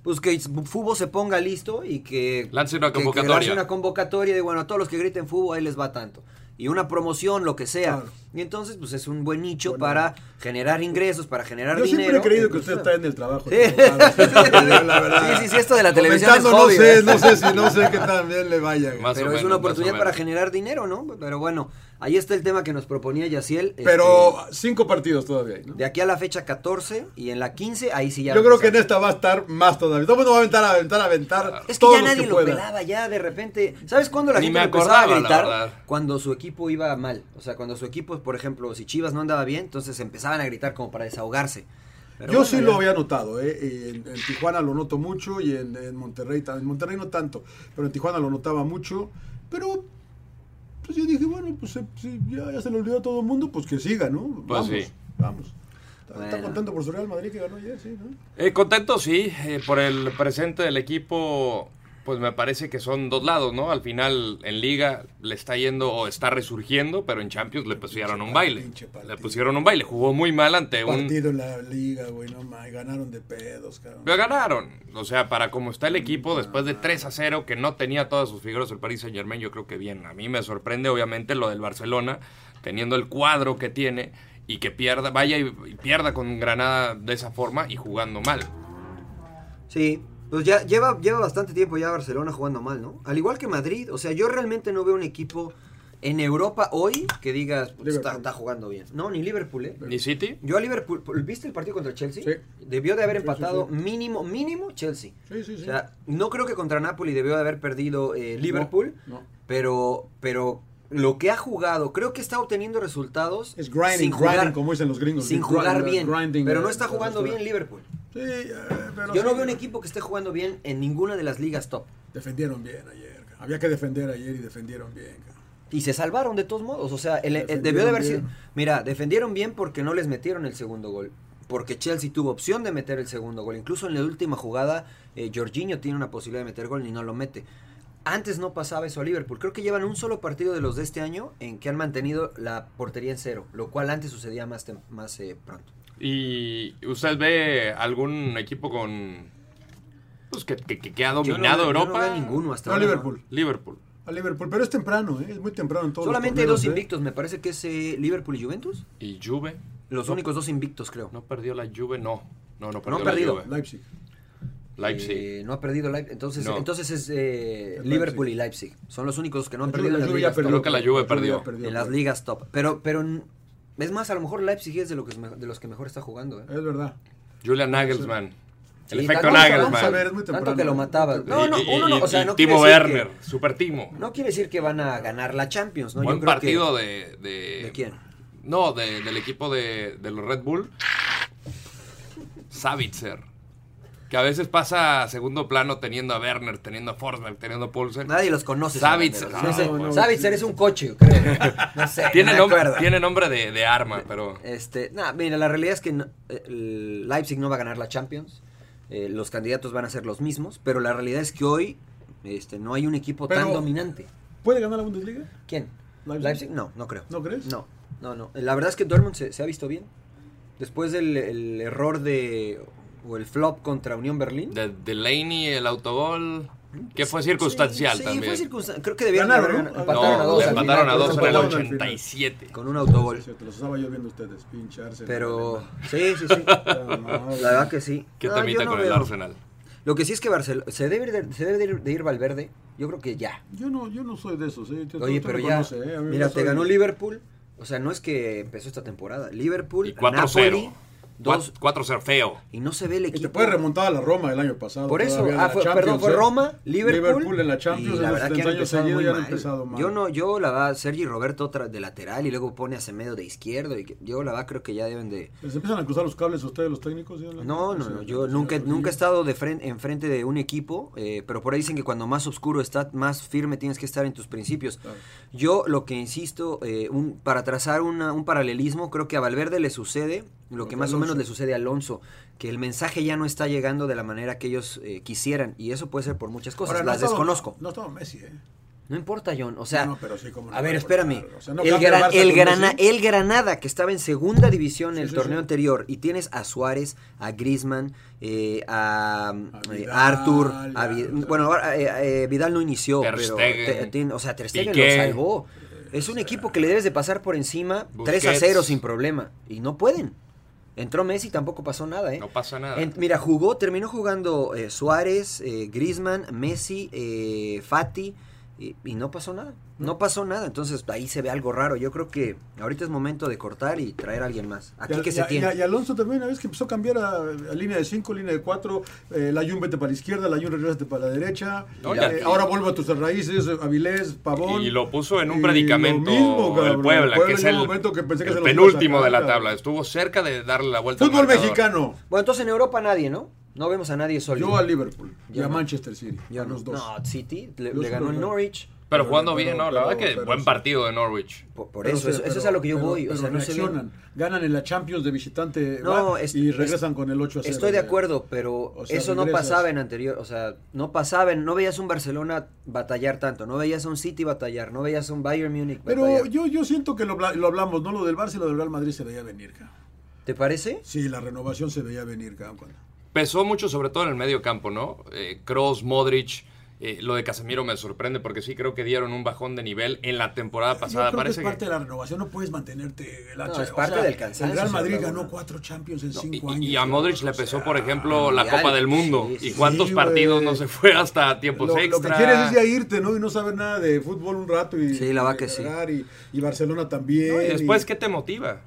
C: Pues que FUBO se ponga listo y que...
B: Lance una
C: que- que
B: convocatoria.
C: lance una convocatoria de, bueno, a todos los que griten FUBO, ahí les va tanto. Y una promoción, lo que sea.
A: Claro.
C: Y entonces, pues es un buen nicho para generar ingresos, para generar
A: Yo
C: dinero.
A: siempre he creído que
C: Entonces,
A: usted está en el trabajo.
C: Sí.
A: equivocado, la verdad.
C: Sí, sí, sí, esto de la televisión es
A: Comentando,
C: hobby,
A: no sé,
C: ¿verdad?
A: no sé si no sé qué tan bien le vaya. güey.
B: Más o
C: Pero es
B: menos,
C: una
B: más o
C: oportunidad
B: menos.
C: para generar dinero, ¿no? Pero bueno, ahí está el tema que nos proponía Yaciel. este,
A: Pero cinco partidos todavía hay, ¿no?
C: De aquí a la fecha 14 y en la 15, ahí sí ya.
A: Yo
C: va a
A: creo que en
C: empezar.
A: esta va a estar más todavía. Todo el mundo va a aventar, a aventar, a aventar.
C: Es que
A: todos
C: ya
A: los
C: nadie lo
A: pueda.
C: pelaba, ya de repente. ¿Sabes cuándo la
B: Ni
C: gente
B: me
C: me empezaba
B: acordaba, la
C: a gritar?
B: verdad.
C: Cuando su equipo iba mal. O sea, cuando su equipo, por ejemplo, si Chivas no andaba bien, entonces empezaban a gritar como para desahogarse. Pero
A: Yo
C: bueno,
A: sí
C: ya.
A: lo había notado, ¿eh? En, en Tijuana lo noto mucho y en, en Monterrey, ta- en Monterrey no tanto, pero en Tijuana lo notaba mucho, pero pues yo dije, bueno, pues se- se- ya, ya se le olvidó a todo el mundo, pues que siga, ¿no?
B: Pues
A: vamos,
B: sí.
A: Vamos. Está- Está
C: Bueno.
A: contento por su Real Madrid que ganó ayer, sí, ¿no?
B: Eh, contento, sí, eh, por el presente del equipo Pues me parece que son dos lados, ¿no? Al final en Liga le está yendo o está resurgiendo, pero en Champions le pusieron un baile.
A: pinche partido.
B: Le pusieron un baile. Jugó muy mal ante un.
A: Partido en la liga, güey, no mames, ganaron de pedos, cabrón.
B: Pero ganaron. O sea, para como está el equipo, después de 3 a 0, que no tenía todas sus figuras el Paris Saint Germain, yo creo que bien. A mí me sorprende, obviamente, lo del Barcelona, teniendo el cuadro que tiene y que pierda, vaya y, y pierda con Granada de esa forma y jugando mal.
C: Sí, pues ya lleva, lleva bastante tiempo ya Barcelona jugando mal, ¿no? Al igual que Madrid, o sea, yo realmente no veo un equipo en Europa hoy que digas, "Puta, está,
A: Liverpool.
C: está jugando bien. No, ni Liverpool, ¿eh?
B: ¿Ni City?
C: Yo a Liverpool, ¿viste el partido contra el Chelsea?
A: Sí.
C: Debió de haber
A: Sí, sí,
C: empatado
A: sí.
C: mínimo, mínimo Chelsea.
A: Sí, sí, sí.
C: O sea, no creo que contra Napoli debió de haber perdido eh, Liverpool,
A: No, no.
C: pero pero lo que ha jugado, creo que está obteniendo resultados
A: Es grinding,
C: sin jugar,
A: grinding, como dicen los gringos.
C: sin
A: Gr-
C: jugar
A: la-
C: bien,
A: grinding,
C: pero
A: la-
C: no está
A: la
C: jugando
A: postura.
C: bien Liverpool.
A: Sí, eh, pero
C: Yo no
A: sí,
C: veo un equipo que esté jugando bien en ninguna de las ligas top.
A: Defendieron bien ayer, cabrón. había que defender ayer y defendieron bien, cabrón.
C: Y se salvaron de todos modos. O sea, el, el-
A: Defendieron
C: debió de haber sido.
A: bien.
C: Mira, defendieron bien porque no les metieron el segundo gol. Porque Chelsea tuvo opción de meter el segundo gol. Incluso en la última jugada, eh, Jorginho tiene una posibilidad de meter gol y no lo mete. Antes no pasaba eso a Liverpool. Creo que llevan un solo partido de los de este año en que han mantenido la portería en cero. Lo cual antes sucedía más, tem- más eh, pronto.
B: ¿Y usted ve algún equipo con. Pues que, que- que- que ha
C: Yo no
B: dominado
C: veo- yo
B: Europa?
C: no veo ninguno hasta
A: No,
C: ahora.
A: Liverpool.
B: Liverpool.
A: A Liverpool, pero es temprano, ¿eh? es muy temprano en todos los
C: Solamente hay dos
A: torneos, ¿eh?
C: invictos. Me parece que es eh, Liverpool y Juventus.
B: ¿Y Juve?
C: Los
B: No,
C: únicos dos invictos, creo.
B: No perdió la Juve, no. No, no
C: No
B: perdió
C: han
B: la
C: perdido.
B: Juve.
A: Leipzig.
B: Leipzig.
C: Eh, no ha perdido Leipzig. Entonces,
B: No.
C: entonces es eh,
A: Es
C: Liverpool y Leipzig. Son los únicos que no han
A: La Juve-
C: perdido
A: la
C: en las,
A: Juve ya
C: ligas,
A: perdió.
B: Creo que la Juve
A: ya
B: perdió.
C: top, en las ligas top. Pero, pero n- es más, a lo mejor Leipzig es de, lo que es me- de los que mejor está jugando. ¿eh?
A: Es verdad.
B: Julian Nagelsmann. El
C: Sí,
B: efecto
A: vamos
C: tanto-
A: a ver,
B: Nagelsmann.
A: es muy
C: Tanto
A: temprano.
C: que lo mataba.
A: Y-
C: No, no,
B: Y-
C: uno no,
B: y-
C: o sea,
B: y
C: no quiere
B: Timo
C: decir que-
B: Werner, super Timo.
C: no quiere decir que van a ganar la Champions. ¿no? Yo
B: Buen
C: creo que-
B: partido de, de...
C: ¿De quién?
B: No, de- del equipo de, de los Red Bull. Savitzer. Que a veces pasa a segundo plano teniendo a Werner, teniendo a Forsberg, teniendo a Poulsen.
C: Nadie los conoce.
B: Savitzer. Ah,
C: No sé,
A: No, no,
C: Savitzer
A: sí.
C: es un coche, creo. No sé.
B: Tiene,
C: no me
B: nombre,
C: acuerdo.
B: tiene nombre de, de arma, pero...
C: Este, nah, mira, la realidad es que no- el Leipzig no va a ganar la Champions. eh, los candidatos van a ser los mismos, pero la realidad es que hoy este, no hay un equipo tan
A: Pero-
C: dominante.
A: ¿Puede ganar la Bundesliga?
C: ¿Quién?
A: ¿Leipzig?
C: ¿Leipzig? No, no creo.
A: ¿No crees?
C: No, no, no. La verdad es que Dortmund se, se ha visto bien. Después del el error de... o el flop contra Unión Berlín.
B: De, Delaney, el autogol... Que fue circunstancial
C: Sí, sí,
B: también.
C: fue circunstan- Creo que debieron
A: Ganaron,
C: haber
A: ¿no?
C: ganado.
A: Empataron
B: no,
A: a dos
B: le
A: al
B: empataron
A: final,
B: a dos en el
A: empataron al final.
B: 87.
C: Con un
A: Sí,
C: autogol.
A: es cierto, los estaba yo viendo ustedes, pinche Arsenal.
C: Pero... Sí, sí, sí.
A: Ah, madre.
C: La verdad que sí.
B: ¿Qué
C: No,
B: temita
C: yo no
B: con el
C: veo.
B: Arsenal?
C: Lo que sí es que Barcelona se debe, de, se debe de ir, de ir Valverde. Yo creo que ya.
A: Yo no, yo no soy de esos, ¿eh? Tú- tú-
C: Oye,
A: tú
C: pero
A: me
C: ya.
A: conoces, ¿eh? A mí
C: Mira,
A: yo
C: te
A: soy-
C: ganó Liverpool. O sea, no es que empezó esta temporada. Liverpool,
B: Y
C: Napoli,
B: 4-0.
C: dos-
B: 4-0 feo.
C: y no se ve el
A: Y te
C: equipo.
A: puedes remontar a la Roma del año pasado.
C: Por eso,
A: todavía de
C: ah,
A: la
C: fue-
A: Champions,
C: perdón, fue
A: ¿eh?
C: Roma, Liverpool.
A: Liverpool en la Champions,
C: y
A: en
C: la
A: los
C: verdad que
A: 70
C: han
A: años
C: empezado
A: seguidos
C: muy
A: ya han
C: mal.
A: empezado mal.
C: Yo no, yo la va Sergi Roberto otra de lateral y luego pone a Semedo de izquierdo. Y que- yo la va creo que ya deben de.
A: ¿Les empiezan a cruzar los cables a ustedes los técnicos? ¿sí? Pues
C: No, no,
A: Sí,
C: no.
A: sí,
C: Yo
A: sí,
C: nunca,
A: sí.
C: nunca he estado de frente, enfrente de un equipo, eh, pero por ahí dicen que cuando más oscuro está, más firme tienes que estar en tus principios.
A: Claro.
C: Yo lo que insisto, eh, un- para trazar una- un paralelismo, creo que a Valverde le sucede lo que
A: que
C: más o
A: Alonso.
C: menos le sucede a Alonso, que el mensaje ya no está llegando de la manera que ellos eh, quisieran, y eso puede ser por muchas cosas,
A: Ahora, no
C: las
A: estaba-
C: desconozco.
A: No estaba Messi, ¿eh?
C: No importa, John. O sea,
A: No, pero sí, cómo no
C: a
A: va
C: ver,
A: a
C: espérame.
A: votar. O sea, no
C: el,
A: cambia el
C: Gran-
A: Barça
C: el
A: con
C: Grana-
A: Messi.
C: el Granada, que estaba en segunda división
A: Sí,
C: el
A: sí,
C: torneo
A: sí.
C: anterior, y tienes a Suárez, a Grisman, a, eh,
A: Vidal,
C: Arthur, a Vi-
A: ya, o sea.
C: bueno, ahora, eh, eh, Vidal no inició,
B: Ter
C: pero
B: Stegen.
C: te- tiene- o sea, Ter Stegen
B: Piqué.
C: lo salvó.
A: Eh,
C: Es un equipo que le debes de pasar por encima 3 a
B: Busquets.
C: 0 sin problema, y no pueden. Entró Messi, tampoco pasó nada, ¿eh?
B: No pasa nada.
C: En- mira, jugó, terminó jugando eh, Suárez, eh, Griezmann, Messi, eh, Fati y, y no pasó nada.
A: Mm.
C: No pasó nada, entonces ahí se ve algo raro. Yo creo que ahorita es momento de cortar y traer a alguien más. Aquí
A: Y-
C: que
A: y-
C: se tiene.
A: Y, y Alonso también, una vez que empezó a cambiar a, a línea de 5, línea de 4, la Jun vete para la izquierda, la Jun regresa para la derecha,
B: No,
A: eh,
B: y-
A: ahora vuelvo a tus raíces, eh, Avilés, Pavón.
B: Y lo puso en
A: Y
B: un predicamento
A: eh, lo mismo,
B: el
A: cabrón,
B: Puebla, que es
A: llegó
B: el,
A: un momento que pensé que
B: el
A: se los iba a
B: penúltimo
A: sacar,
B: de la
A: cabrón.
B: tabla. Estuvo cerca de darle la vuelta. al
A: Fútbol
B: marcador.
A: mexicano,
C: Bueno, entonces en Europa nadie, ¿no? No vemos a nadie solo.
A: yo a Liverpool y
C: Yo
A: a
C: no.
A: Manchester City,
C: Yo
A: a los
C: no.
A: dos.
C: No, City le,
A: Yo
C: le
A: sí
C: ganó
A: los
C: el
A: veo.
C: Norwich.
B: Pero jugando bien,
A: pero-
B: ¿no? La verdad
A: pero-
B: que
A: pero
B: buen
A: sí.
B: partido de Norwich.
C: Por, por
A: Pero
C: eso,
A: se-
C: eso, eso
A: pero-
C: es a lo que yo
A: pero-
C: voy. o
A: pero
C: sea, no se ve-
A: reaccionan. Ganan en la Champions de visitante
C: No,
A: va,
C: es-
A: y regresan con el 8 a 0.
C: Estoy de acuerdo, pero
A: o sea,
C: eso no
A: regresas.
C: pasaba en anterior, o sea, no pasaba, en- no veías un Barcelona batallar tanto, no veías a un City batallar, no veías a un Bayern Múnich
A: Pero
C: batallar.
A: yo, yo siento que lo, bla- lo hablamos, ¿no? Lo del Barça y lo del Real Madrid se veía venir, cabrón.
C: ¿Te parece?
A: Sí, la renovación se veía venir, cabrón. cuando-
B: Pesó mucho, sobre todo en el medio campo, ¿no? Cross, Modric. eh, lo de Casemiro me sorprende porque sí creo que dieron un bajón de nivel en la temporada pasada.
A: Yo creo
B: Parece
A: que es parte
B: que-
A: de la renovación, no puedes mantenerte el hacha.
C: es parte del cansancio,
A: El Real Madrid
C: sin duda
A: ganó
C: alguna.
A: cuatro Champions en
B: y,
A: cinco
B: y-
A: años.
B: y a
A: cabrón,
B: Modric
A: o
B: le
A: sea,
B: pesó, por ejemplo, la
C: mundial.
B: Copa del Mundo.
C: Sí, sí,
B: ¿Y cuántos
A: sí,
B: partidos
A: güey.
B: no se fue hasta
A: Lo,
B: tiempos
A: lo
B: pues, extra?
A: que quieres es ya irte, ¿no? Y no saber nada de fútbol un rato. Y,
C: Sí, la va
A: y
C: que sí.
A: ganar, Y, y Barcelona también.
B: No, y después,
A: y-
B: ¿qué te motiva?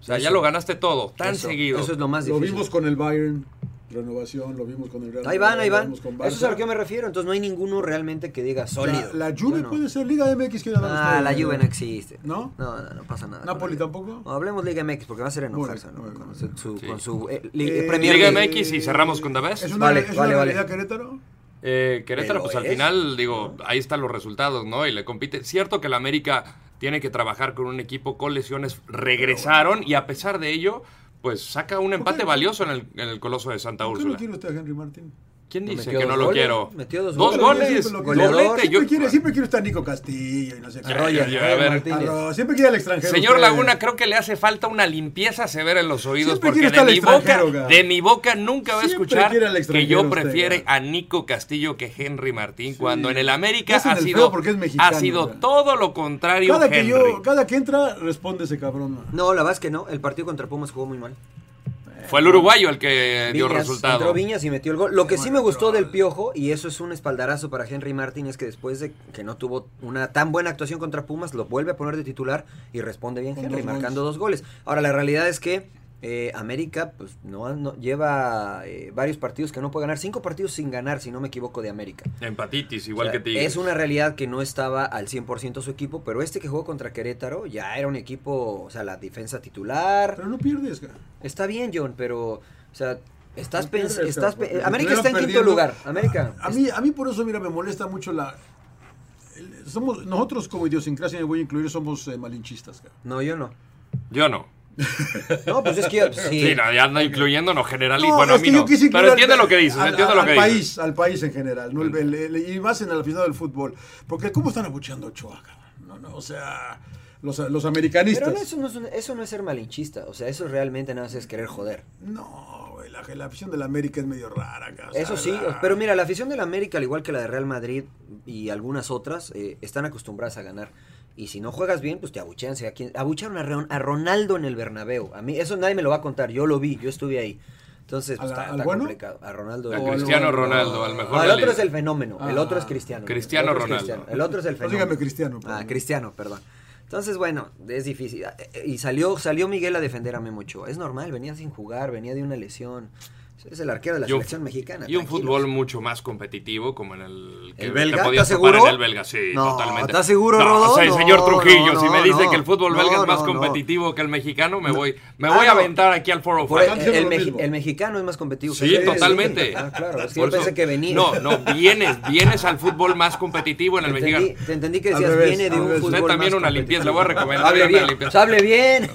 B: O sea, ya
C: Eso.
B: lo ganaste todo, tan
C: Eso-
B: seguido.
C: Eso es lo más
A: Lo
C: difícil.
A: vimos con el Bayern, renovación, lo vimos con el Real
C: Ahí van,
A: Madrid,
C: ahí
A: lo
C: van.
A: vimos con
C: Eso es a lo
A: Barça.
C: que yo me refiero. Entonces no hay ninguno realmente que diga sólido.
A: La, la Juve
C: Bueno.
A: puede ser Liga MX. ¿quién habla
C: Ah,
A: usted?
C: la Juve no existe.
A: ¿No?
C: No, no, no pasa nada.
A: ¿Napoli
C: con la-
A: tampoco?
C: No, hablemos Liga MX porque va a ser enojarse,
A: Muy
C: ¿no?
A: bien, muy
C: Con
A: bien.
C: su, su-
B: Sí.
C: con su eh, li-
A: Eh,
C: Premier
B: Liga
C: League.
B: Mx y cerramos con The Best.
A: ¿Es una,
C: Vale,
A: es una
C: vale, vale.
A: realidad Querétaro?
B: Eh, Querétaro,
C: Pero
B: pues al
C: es.
B: final, digo, ahí están los resultados, ¿no? Y le compite. Cierto que la América tiene que trabajar con un equipo con lesiones, regresaron y a pesar de ello, pues saca un empate
A: qué?
B: valioso en el, en el Coloso de Santa
A: ¿Por qué no
B: Úrsula.
A: quiere usted a Henry Martín?
B: ¿Quién
C: No,
B: dice
C: metió
B: que no
C: dos
B: lo
C: goles,
B: quiero?
C: metió dos
B: dos
C: goles.
B: goles,
A: Siempre lo quiere.
C: Goleador.
B: doblete. Yo-
A: Siempre, quiere, siempre quiere usted a Nico Castillo y no sé qué.
C: Arroya,
B: Ay, ay, ay,
C: Arroya
B: a ver.
C: Martínez.
A: Arroyo, siempre quiere al extranjero.
B: Señor
A: usted.
B: Laguna, creo que le hace falta una limpieza severa en los oídos
A: Siempre
B: porque
A: quiere
B: de
A: estar
B: mi, boca,
A: extranjero, Gaby.
B: de mi boca nunca va a
A: Siempre
B: escuchar
A: quiere al
B: que
A: extranjero
B: yo
A: usted,
B: prefiere
A: Gaby.
B: a Nico Castillo que Henry Martín,
A: Sí.
B: cuando en el América
A: Hacen
B: ha
A: el
B: sido,
A: feo porque es mexicano,
B: ha sido
A: Gaby.
B: todo lo contrario.
A: cada que,
B: Henry.
A: yo, cada que entra, responde ese cabrón. ¿no?
C: No, la verdad es que no. El partido contra Pumas jugó muy mal.
B: Fue el uruguayo el que dio
C: Viñas,
B: resultado.
C: Entró Viñas y metió el gol. Lo que sí me
A: Bueno,
C: gustó
A: pero-
C: del Piojo, y eso es un espaldarazo para Henry Martín, es que después de que no tuvo una tan buena actuación contra Pumas, lo vuelve a poner de titular y responde bien
A: Con
C: Henry,
A: dos
C: marcando
A: goles.
C: dos goles. Ahora, la realidad es que eh, América pues no, ha- no- lleva eh, varios partidos que no puede ganar. Cinco partidos sin ganar, si no me equivoco, de América.
B: Empatitis, igual
C: O sea,
B: que Tigres.
C: Es una realidad que no estaba al 100% su equipo, pero este que jugó contra Querétaro ya era un equipo, o sea, la defensa titular,
A: Pero no pierdes, cara.
C: Está bien, John, pero, o sea, estás
A: No pierdes,
C: pens- estás
A: cabrón,
C: pe-
A: porque
C: América
A: estuvieron
C: está en quinto
A: perdiendo.
C: lugar. América.
A: A mí, a mí por eso, mira, me molesta mucho la... el- Somos, nosotros como idiosincrasia, me voy a incluir, somos eh, malinchistas. cara.
C: No, yo no.
B: Yo no.
C: No, pues es que yo,
B: Sí,
C: sí.
B: no, ya anda incluyendo, no generaliza.
A: No,
B: bueno, a
A: es
B: mí
A: que yo
B: no.
A: quise incluir
B: Pero
A: al-
B: entiende lo que dices,
A: al-
B: entiende lo
A: al
B: que
A: país,
B: dices.
A: Al país en general, ¿no? El- el- el- y más en la afición del fútbol. Porque ¿cómo están abucheando a Ochoa, cabrón? No, no, o sea, los, los americanistas.
C: Pero no, eso, no es, un- eso no es ser malinchista. O sea, eso realmente nada más es querer joder.
A: No, güey, la, la afición del América es medio rara, cabrón. o sea,
C: Eso sí,
A: la-
C: pero mira, la afición del América, al igual que la de Real Madrid y algunas otras, eh, están acostumbradas a ganar. Y si no juegas bien, pues te abuchean. sea quien- abuchearon a, Ron- a Ronaldo en el Bernabéu. A mí, eso nadie me lo va a contar. Yo lo vi, yo estuve ahí. Entonces,
A: ¿A
C: pues,
A: la-
C: está,
A: al
C: está
A: bueno?
C: complicado. A Ronaldo.
B: A
C: el-
B: Cristiano
A: no, no,
B: Ronaldo, al
A: no,
B: mejor.
C: No,
B: de
C: el
B: la
C: otro es
B: liga.
C: el fenómeno, el otro es
A: Ah.
C: Cristiano.
B: Cristiano
C: el otro es
B: Ronaldo.
C: Cristiano, el otro es el
A: No,
C: fenómeno.
A: Pues dígame Cristiano, por
C: Ah,
A: favor.
C: Cristiano, perdón. Entonces, bueno, es difícil. Ah, eh, Y salió, salió Miguel a defender a Memo Ochoa. Es normal, venía sin jugar, venía de una lesión. Es el arquero de la
B: Y un-
C: selección mexicana.
B: Y un
C: tranquilos.
B: fútbol mucho más competitivo, como en el que
C: ¿El belga?
B: te
C: ¿Estás
B: podías
C: seguro?
B: topar en el belga, sí,
C: No,
B: totalmente.
C: ¿estás seguro,
B: no,
C: Rodo?
B: o sea,
C: No,
B: señor Trujillo,
C: no,
B: si me
C: no,
B: dice
C: no.
B: que el fútbol belga
C: No,
B: es más
C: no, no.
B: competitivo que el mexicano, me voy, me
C: Ah,
B: voy a
C: no.
B: aventar aquí al
C: Por
B: 405.
C: el,
A: Están
C: el
A: diciendo lo
C: mexi-
A: mismo.
C: el mexicano es más competitivo.
B: Sí,
C: que-
B: totalmente.
C: Ah, claro, es que
B: Por
C: yo
B: eso-
C: pensé que venía.
B: No, no, vienes, vienes al fútbol más competitivo en
C: Te
B: el
C: entendí,
B: mexicano.
C: te entendí que
A: Al
C: decías,
A: revés,
C: viene de
A: al
C: un
A: revés.
C: fútbol
A: Usted
B: también
C: más
B: una limpieza,
C: competitivo.
B: le voy a recomendar
C: Hable
B: una
C: bien,
B: limpieza.
C: hable bien.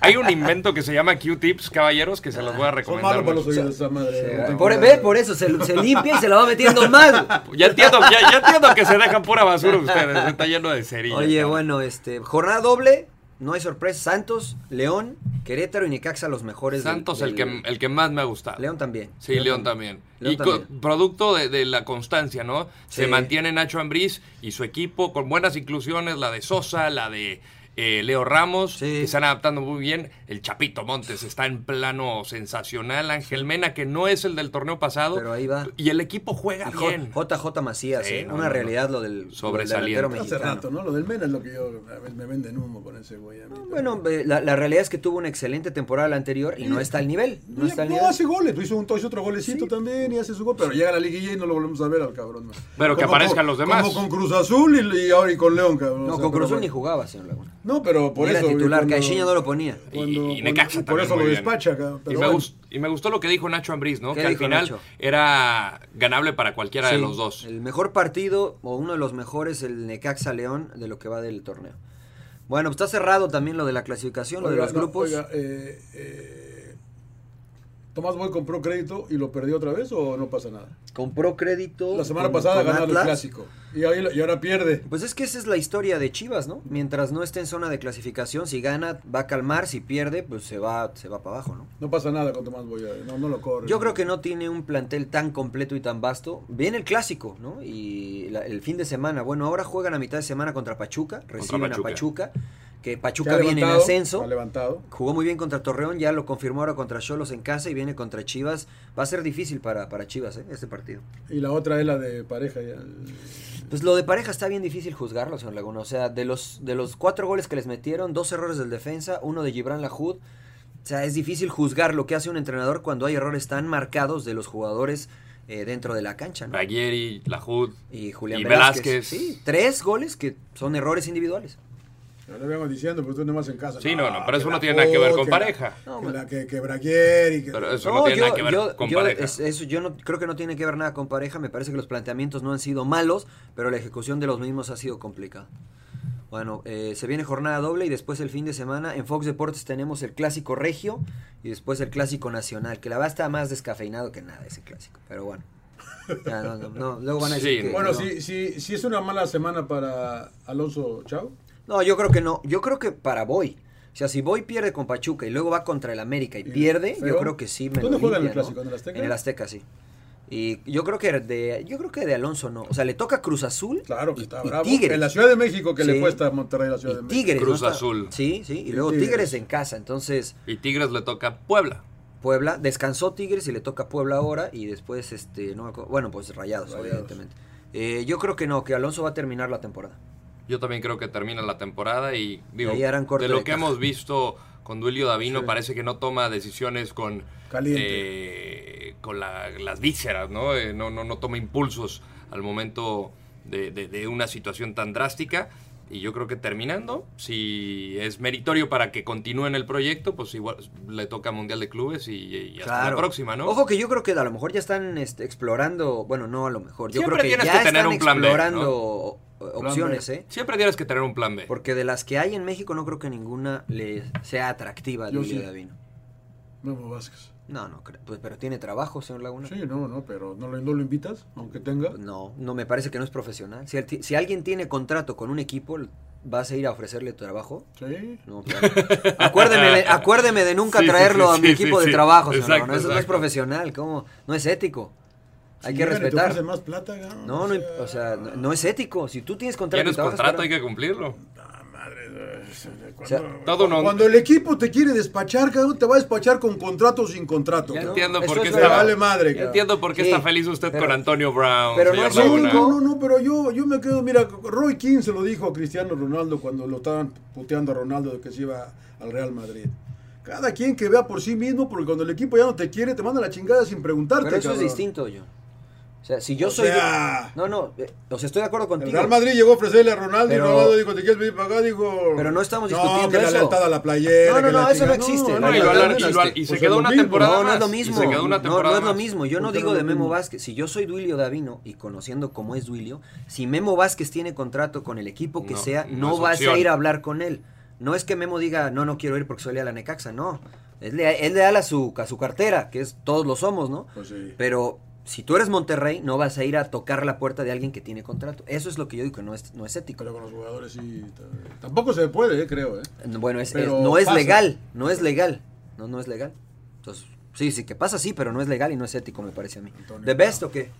B: Hay un invento que se llama Q-tips, caballeros, que se los voy
C: Ah,
B: a
A: Son
B: recomendar.
A: malos para los
B: mucho.
A: oídos esa madre. No
C: Por,
A: tengo
C: ve,
A: nada.
C: por eso se, se limpia y se la va metiendo mal.
B: Ya entiendo, ya, ya entiendo que se dejan pura basura ustedes, está lleno de cerillas.
C: Oye, bueno, este, jornada doble, no hay sorpresa. Santos, León, Querétaro y Necaxa los mejores. del-
B: Santos el que,
C: del-
B: el que más me ha gustado.
C: León también.
B: Sí, León también.
C: León
B: y co-
C: también.
B: producto de, de la constancia, ¿no? Se
C: Sí.
B: mantiene Nacho Ambriz y su equipo con buenas inclusiones, la de Sosa, la de eh, Leo Ramos,
C: Sí.
B: que están adaptando muy bien. El Chapito Montes está en plano sensacional. Ángel Mena, que no es el del torneo pasado.
C: Pero ahí va.
B: Y el equipo juega
C: Y J-
B: bien.
C: JJ Macías,
B: Sí,
C: eh,
B: no,
C: una
B: no, no.
C: realidad lo del lo del
B: Sobresaliente.
C: delantero
A: Hace
C: mexicano.
A: rato, ¿no? Lo del Mena es lo que yo... a ver, me venden humo con ese güey a mí.
C: Bueno, eh, la, la realidad es que tuvo una excelente temporada la anterior y no está al nivel. No
A: Y-
C: está al
A: no,
C: nivel.
A: hace goles, hizo, un, hizo otro golecito también y hace su gol, pero llega a la liguilla y no lo volvemos a ver al cabrón. ¿no?
B: Pero que aparezcan los demás.
A: Como con Cruz Azul y, y ahora y con León, cabrón. o
C: No,
A: sea, pero
C: con Cruzul
A: bueno.
C: ni jugaba, señor Laguna.
A: No, pero por
C: Era
A: eso.
C: titular,
A: cuando-
C: Caixinha no lo ponía.
B: Y-
A: cuando-
B: y Necaxa
A: por
B: también
A: eso
B: muy
A: lo
B: bien.
A: despacha. cabrón,
B: Y
A: pero
B: me,
A: bueno.
B: gust- y me gustó lo que dijo Nacho Ambriz, ¿no?
C: ¿Qué
B: Que al
C: dijo
B: final
C: Nacho?
B: era ganable para cualquiera de
C: Sí,
B: los dos.
C: El mejor partido o uno de los mejores el Necaxa León de lo que va del torneo. Bueno, pues está cerrado también lo de la clasificación, lo de
A: Oiga,
C: los
A: no,
C: grupos.
A: oiga, eh, eh, Tomás Boy compró crédito y lo perdió otra vez o no pasa nada.
C: Compró crédito.
A: La semana
C: con-
A: pasada
C: con
A: ganaron el
C: Atlas.
A: clásico y, ahí- y ahora pierde.
C: Pues es que esa es la historia de Chivas, ¿no? Mientras no esté en zona de clasificación, si gana va a calmar, si pierde pues se va se va para abajo, ¿no?
A: No pasa nada con Tomás Boy. eh, No, no lo corre.
C: Yo creo que no tiene un plantel tan completo y tan vasto. Viene el clásico, ¿no? Y la- el fin de semana. Bueno, ahora juegan a mitad de semana contra Pachuca, reciben a
B: Pachuca.
C: Pachuca, que
A: Se
C: Pachuca
A: ha
C: viene en
A: levantado,
C: ascenso.
A: Ha levantado.
C: Jugó muy bien contra Torreón, ya lo confirmó ahora contra Cholos en casa y viene contra Chivas. Va a ser difícil para, para Chivas ¿eh? este partido.
A: Y la otra es la de pareja. ya.
C: Pues lo de pareja está bien difícil juzgarlo, señor Laguna. O sea, de los, de los cuatro goles que les metieron, dos errores del defensa, uno de Gibran Lahoud. O sea, es difícil juzgar lo que hace un entrenador cuando hay errores tan marcados de los jugadores eh, dentro de la cancha. ¿no?
B: Raguieri, Lajud
C: Y Julián
B: Y
C: Velázquez.
B: Velázquez.
C: Sí, tres goles que son errores individuales.
A: Ya lo vengo diciendo, pero tú nomás en casa. Ah,
B: Sí, no, no,
A: que
B: pero eso no
A: la
B: tiene nada que ver
A: Fox,
B: con
A: la-
B: pareja.
C: No,
A: que
C: bueno.
A: la que, que Braguieri, que-
B: Pero eso no, tiene nada que ver con
C: yo-
B: pareja.
C: es- eso yo no creo que no tiene que ver nada con pareja. Me parece que los planteamientos no han sido malos, pero la ejecución de los mismos ha sido complicada. Bueno, eh, se viene jornada doble y después el fin de semana en Fox Deportes tenemos el clásico regio y después el clásico nacional, que la va a estar más descafeinado que nada ese clásico. Pero bueno, Ya, no, no, no, luego van a decir
B: Sí,
C: que
A: Bueno,
C: no.
A: si, si, si es una mala semana para Alonso Chao.
C: No, yo creo que no. Yo creo que para Boy. O sea, si Boy pierde con Pachuca y luego va contra el América y
A: Y
C: pierde,
A: feo.
C: yo creo que sí me lo
A: ¿Dónde juega
C: limpia,
A: el Clásico?
C: ¿no?
A: ¿En el Azteca?
C: En el Azteca, sí. Y yo creo que de, yo creo que de Alonso no. O sea, le toca Cruz Azul.
A: Claro que
C: y-
A: está
C: y
A: bravo.
C: Tigres.
A: En la Ciudad de México que
C: Sí.
A: le cuesta a Monterrey la Ciudad de
C: Y
A: México.
C: Tigres.
B: Cruz
C: Está-
B: Azul.
C: Sí, sí. Y
A: Y
C: luego
A: Tigres.
C: Tigres en casa. Entonces,
B: y Tigres le toca Puebla.
C: Puebla, descansó Tigres y le toca Puebla ahora y después, este, no me acuerdo- bueno, pues Rayados,
A: Rayados.
C: evidentemente. Eh, yo creo que no, que Alonso va a terminar la temporada.
B: Yo también creo que termina la temporada y digo,
C: Ahí harán corte
B: de lo
C: de
B: que
C: caja.
B: hemos visto con Duilio Davino parece que no toma decisiones con
A: Caliente.
B: eh, con la- las vísceras, ¿no? Eh, no, no, no toma impulsos al momento de, de- de una situación tan drástica. Y yo creo que terminando, si es meritorio para que continúe en el proyecto, pues igual le toca Mundial de Clubes y, y hasta la
C: Claro.
B: próxima, ¿no?
C: Ojo que yo creo que a lo mejor ya están este, explorando, bueno, no a lo mejor, yo
B: Siempre
C: creo que
B: tienes
C: ya
B: que tener
C: están
B: un plan B,
C: explorando o-
A: Plan
C: opciones,
A: B.
C: ¿eh?
B: Siempre tienes que tener un plan B.
C: Porque de las que hay en México no creo que ninguna le sea atractiva a
A: Yo
C: Duilio
A: sí.
C: Davino.
A: Memo Vázquez.
C: No, no creo. Pues, pero tiene trabajo, señor Laguna.
A: Sí, no, no, pero ¿no lo, no lo invitas? Aunque tenga.
C: No, no me parece que no es profesional. Si, el ti- si alguien tiene contrato con un equipo, ¿vas a ir a ofrecerle tu trabajo?
A: Sí.
C: No, claro. acuérdeme, de, acuérdeme de nunca
B: Sí, sí,
C: traerlo
B: sí,
C: a mi
B: sí,
C: equipo
B: sí,
C: de
B: sí.
C: trabajo, señor
B: Exacto,
C: Laguna. Eso no es
B: exacto.
C: profesional, ¿cómo? No es ético. Hay
A: Si
C: que
A: llegan y te
C: respetar.
A: ofrecen más plata, cabrón,
C: No, no, o sea, no, no es ético. Si tú tienes contrato, y
B: Tienes
C: trabajas
B: contrato,
C: para-
B: hay que cumplirlo.
A: Ah, madre, eh, cuando,
C: sea,
B: todo no-
A: cuando el equipo te quiere despachar, cabrón, te va a despachar con contrato o sin contrato.
B: Ya
A: cabrón.
B: entiendo
C: eso
B: por qué
C: es
A: Te
C: Pero-
B: está-
A: vale madre,
B: Ya
A: cabrón.
B: entiendo por qué
C: Sí,
B: está feliz usted
C: pero-
B: con Antonio Brown.
C: pero
B: señor
C: no es
A: No,
B: Laguna.
A: no, no, no, pero yo, yo me quedo, mira, Roy King se lo dijo a Cristiano Ronaldo cuando lo estaban puteando a Ronaldo de que se iba al Real Madrid. Cada quien que vea por sí mismo, porque cuando el equipo ya no te quiere, te manda la chingada sin preguntarte.
C: Pero eso
A: cabrón.
C: es distinto, yo. O sea, si yo
A: O
C: soy.
A: sea-
C: No, no, eh, o sea, estoy de acuerdo
A: El
C: contigo.
A: Real Madrid llegó a ofrecerle a Ronaldo
C: Pero-
A: y Ronaldo dijo, ¿te quieres venir para acá? Dijo,
C: Pero no estamos
A: No,
C: discutiendo
A: que la
C: eso.
A: lealtad a la playera.
C: No, no,
A: que
C: no,
A: la
C: eso
A: chingada.
C: no existe.
B: No, y lo-
A: la lealtad
B: y
A: no
B: lo-
A: existe.
B: y se
A: Pues
B: quedó
A: es
B: una
A: lo mismo.
B: temporada
C: No, no
B: más.
C: es lo
B: Y se
C: mismo.
B: quedó una
C: No,
B: temporada
C: no es lo
B: más.
C: mismo. Yo no
A: ¿Por qué
C: digo
A: no
C: de
A: lo
C: Memo
A: mismo?
C: Vázquez. Si yo soy Duilio Davino y conociendo cómo es Duilio, si Memo Vázquez tiene contrato con el equipo que
B: No,
C: sea,
B: no
C: no,
B: es
C: vas
B: opción.
C: a ir a hablar con él. No es que Memo diga, no, no quiero ir porque soy leal a Necaxa. No. Es lea- Él le da a su, a su cartera, que es todos lo somos, ¿no?
A: Pues sí.
C: Pero si tú eres Monterrey, no vas a ir a tocar la puerta de alguien que tiene contrato. Eso es lo que yo digo que no es, no es ético.
A: Pero con los jugadores sí. t- Tampoco se puede, eh, creo. eh.
C: Bueno, es,
A: Pero
C: es- no es
A: pasa.
C: legal, no es legal, no, no es legal. Entonces, sí, sí que pasa, sí, pero no es legal y no es ético, me parece a mí.
A: Antonio,
C: ¿The best o qué?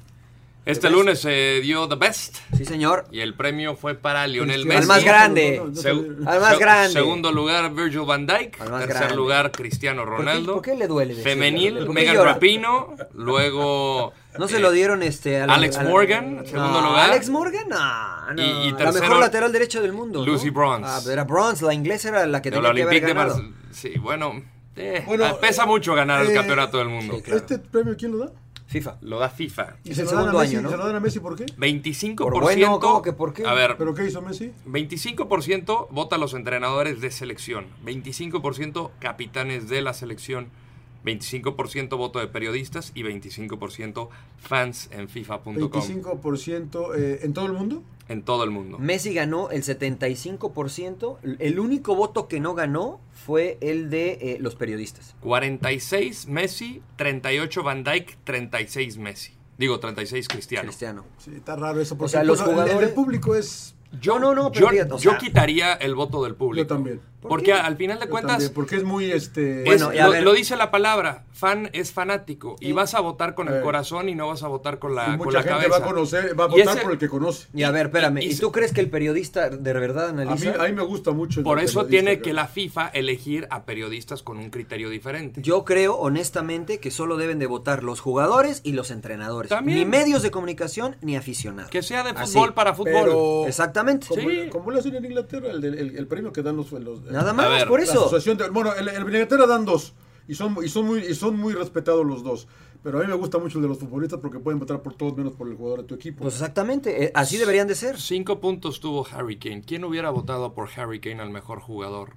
B: Este lunes se dio The Best
C: Sí, señor.
B: y el premio fue para Lionel
A: Cristiano-
B: Messi.
C: Al más grande.
A: No, no, no,
B: Segu-
A: no,
C: Al más
B: seg-
C: grande.
B: Segundo lugar, Virgil van Dijk.
C: Al más
B: Tercer
C: grande.
B: lugar, Cristiano
C: qué-
B: Ronaldo.
C: por qué le duele decirlo? ¿Por
B: Femenil,
C: qué
B: Megan
C: llora?
B: Rapino. Luego.
C: No
B: eh,
C: se lo dieron este al-
B: Alex
C: al-
B: Morgan, en segundo lugar.
C: Alex Morgan, no, no.
B: Y- y
C: la
B: tercero,
C: mejor lateral derecho del mundo. ¿no?
B: Lucy Bronze.
C: Ah, pero era Bronze, la inglesa era la que
B: de
C: tenía
B: la
C: que haber
B: Olympique de
C: ganado.
B: Marseille. Sí, bueno. eh,
A: Bueno,
B: pesa mucho ganar el
A: eh,
B: campeonato del mundo.
C: sí, claro.
A: ¿Este premio quién lo da?
C: FIFA.
B: Lo da FIFA.
A: ¿Y
C: Es
A: se
C: el
A: lo, dan a
C: segundo
A: Messi,
C: año, ¿no?
A: ¿Se lo dan a Messi por qué?
B: 25%.
C: Por bueno, ¿cómo que por qué?
B: A ver,
A: ¿Pero qué hizo Messi?
B: 25% vota a los entrenadores de selección, 25% capitanes de la selección, 25% voto de periodistas y 25% fans en FIFA.com
A: 25% eh, en todo el mundo.
B: en todo el mundo.
C: Messi ganó el 75%. El único voto que no ganó fue el de eh, los periodistas.
B: 46 Messi, 38 Van Dyke, 36 Messi. Digo, 36 Cristiano.
C: Cristiano.
A: Sí, está raro eso. Porque
C: sea, los
A: el- el- El,
C: jugadores-
A: público es.
C: Yo no, no, pero
B: Yo,
C: fíjate, o
B: yo
C: sea-
B: quitaría el voto del público.
A: Yo también.
B: Porque
C: qué?
B: al final de
A: Yo
B: cuentas,
A: eh, también, porque es muy este.
B: Es-
C: Bueno, y a
B: lo,
C: ver.
B: lo dice la palabra, fan es fanático y vas a votar con el
A: Eh.
B: corazón y no vas a votar con la,
A: y
B: con
A: mucha
B: la
A: gente
B: cabeza.
A: va a conocer, va a
B: Y
A: votar
B: ese-
A: por el que conoce.
C: Y a ver, espérame,
B: y-
C: ¿y,
B: y-
C: tú crees que el periodista de verdad
A: A mí,
C: analiza?
A: a mí me gusta mucho. el
B: Por eso
A: periodista,
B: tiene
A: cara.
B: que la FIFA elegir a periodistas con un criterio diferente.
C: Yo creo, honestamente, que solo deben de votar los jugadores y los entrenadores.
B: También.
C: Ni medios de comunicación, ni aficionados.
B: que sea de
C: Así.
B: fútbol para fútbol.
A: Pero-
C: Exactamente.
A: Como,
B: Sí.
A: como lo hacen en Inglaterra, el, del- el- el premio que dan los. los
C: Nada
B: A
C: más,
B: ver,
C: por
A: la
C: eso.
A: asociación de- bueno, el, el Inglaterra dan dos. Y son, y, son muy, y son muy respetados los dos. Pero a mí me gusta mucho el de los futbolistas porque pueden votar por todos menos por el jugador de tu equipo.
C: Pues exactamente, eh, así deberían de ser.
B: Cinco puntos tuvo Harry Kane. ¿Quién hubiera votado por Harry Kane al mejor jugador?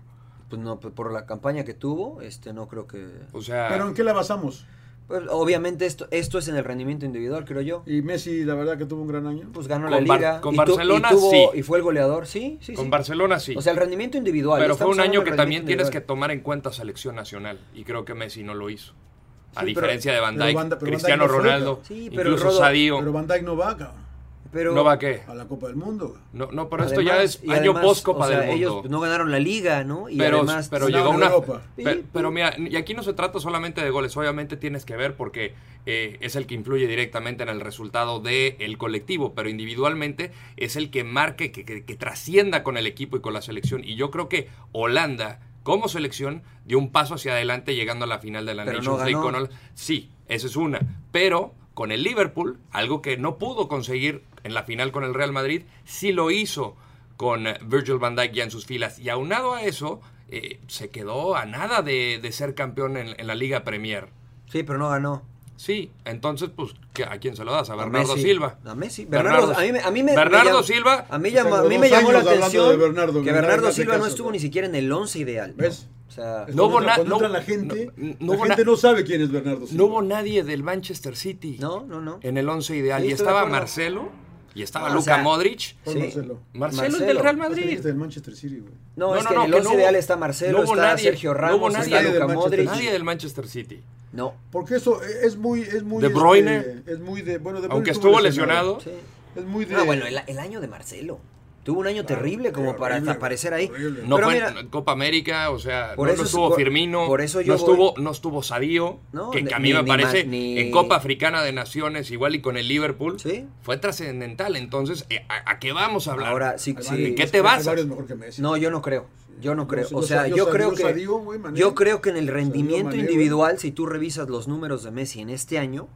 C: Pues no, pues por la campaña que tuvo, este no creo que...
B: O sea,
A: Pero ¿en qué la basamos?
C: Pues, obviamente esto, esto es en el rendimiento individual, creo yo.
A: Y Messi, la verdad que tuvo un gran año.
C: Pues ganó
B: Con
C: la
B: Bar-
C: liga.
B: con
C: y tu- y
B: Barcelona,
C: tuvo-
B: sí.
C: Y fue el goleador, sí, sí.
B: con
C: sí.
B: Barcelona sí.
C: O sea, el rendimiento individual.
B: pero fue
C: estamos
B: un año
C: hablando
B: que
C: del
B: también
C: rendimiento
B: tienes que
C: individual.
B: tomar en cuenta selección nacional. Y creo que Messi no lo hizo. A
A: Sí, pero-
B: diferencia de Van
A: pero
B: Dijk,
A: Van- pero Van Dijk
B: Cristiano
A: no fue,
B: Ronaldo,
C: pero- Sí, pero
B: incluso
C: Rodo-
B: Sadio.
A: Pero Van Dijk no va cabrón,
C: Pero,
B: ¿No va a qué?
A: a la Copa del Mundo. cabrón.
B: No, no, pero esto ya
C: además-
B: es
C: y
B: año
C: además,
B: post Copa
C: o sea,
B: del Mundo.
C: Ellos no ganaron la liga, ¿no? Y
B: pero,
C: además... pues,
B: pero
A: Estaba
B: llegó
A: en
B: una.
A: Europa.
B: pe- Pero, mira, y aquí no se trata solamente de goles, obviamente tienes que ver porque eh, es el que influye directamente en el resultado del colectivo, pero individualmente es el que marque, que, que- que trascienda con el equipo y con la selección. Y yo creo que Holanda, como selección, dio un paso hacia adelante llegando a la final de la
C: Pero no
B: Nations League
C: ganó.
B: con Hol- Sí, esa es una. Pero con el Liverpool, algo que no pudo conseguir en la final con el Real Madrid, sí lo hizo con eh, Virgil van Dijk ya en sus filas. Y aunado a eso, eh, se quedó a nada de, de ser campeón en, en la Liga Premier.
C: Sí, pero no ganó.
B: Sí, entonces, pues, ¿qué- ¿a quién se lo das? A
C: A
B: Bernardo
C: Messi.
B: Silva.
C: A Messi. Bernardo, a mí, me- a mí me,
B: Bernardo
C: me llamó-
B: Silva.
C: A mí,
A: Tengo
C: llamó- a mí me
A: dos
C: llamó la
A: años hablando
C: atención
A: de Bernardo,
C: que
A: me
C: Bernardo
A: hagas de
C: Silva no
A: caso,
C: estuvo
A: ¿no?
C: ni siquiera en el 11 ideal. ¿no?
A: ¿Ves?
C: O sea,
A: Es
B: No hubo
A: cuando entra- cuando
B: na- no-
A: entra la gente,
B: no- no
A: la
B: hubo
A: gente
B: na-
A: no sabe quién es Bernardo Silva.
B: No hubo nadie del Manchester City.
C: no, no, no.
B: En el once ideal.
C: Sí,
B: y
C: estoy de
B: estaba
C: acuerdo.
B: Marcelo, y estaba
C: O
B: Luka
C: sea,
B: Modric.
A: Por
C: Sí.
A: Marcelo.
B: Marcelo,
C: Marcelo.
B: es del Real
A: Vas a
B: Madrid.
A: venirte del Manchester City, güey.
C: No,
B: No,
C: es
B: no,
C: que
B: no,
C: en el
B: que
C: 11
B: no hubo-
C: ideal está Marcelo,
B: no hubo
C: está
B: nadie,
C: Sergio
B: no
C: Ramos,
B: hubo
C: está
B: nadie de
C: Luka
A: Manchester
C: Modric.
B: Nadie del Manchester City.
C: No.
A: Porque eso e, es muy, es muy.
B: De
A: este,
B: Bruyne.
A: es muy de, bueno, de Bruyne
B: Aunque estuvo lesionado.
C: Sí.
A: Es muy de.
C: No, bueno, el, el año de Marcelo. Tuvo un año terrible como
A: horrible,
C: para hasta
A: güey,
C: aparecer ahí.
A: horrible.
B: No
C: Pero
B: fue en-
C: mira,
B: en Copa América, o sea,
C: Por
B: no,
C: eso
B: no
C: es-
B: estuvo
C: por-
B: Firmino,
C: por eso
B: no,
C: yo
B: estuvo,
C: voy-
B: no estuvo Sadio,
C: No,
B: que, que a
C: ni-
B: mí me
C: ni
B: parece
C: Ma- ni-
B: en Copa Africana de Naciones, igual y con el Liverpool,
C: Sí.
B: fue trascendental. Entonces, eh, ¿a, a qué vamos a hablar?
C: ahora sí,
A: Ahí van,
C: sí.
A: y
B: ¿Qué
A: Messi,
B: te vas?
A: Romario es mejor que Messi.
C: No, yo no creo. Yo no
A: Yo
C: creo.
A: sé-
C: o
A: yo
C: sea,
A: sé-
C: yo,
A: yo sabía-
C: creo
A: yo
C: que
A: sabía, güey, Mané.
C: yo creo que en el rendimiento
A: Mané, güey.
C: individual, si tú revisas los números de Messi en este año,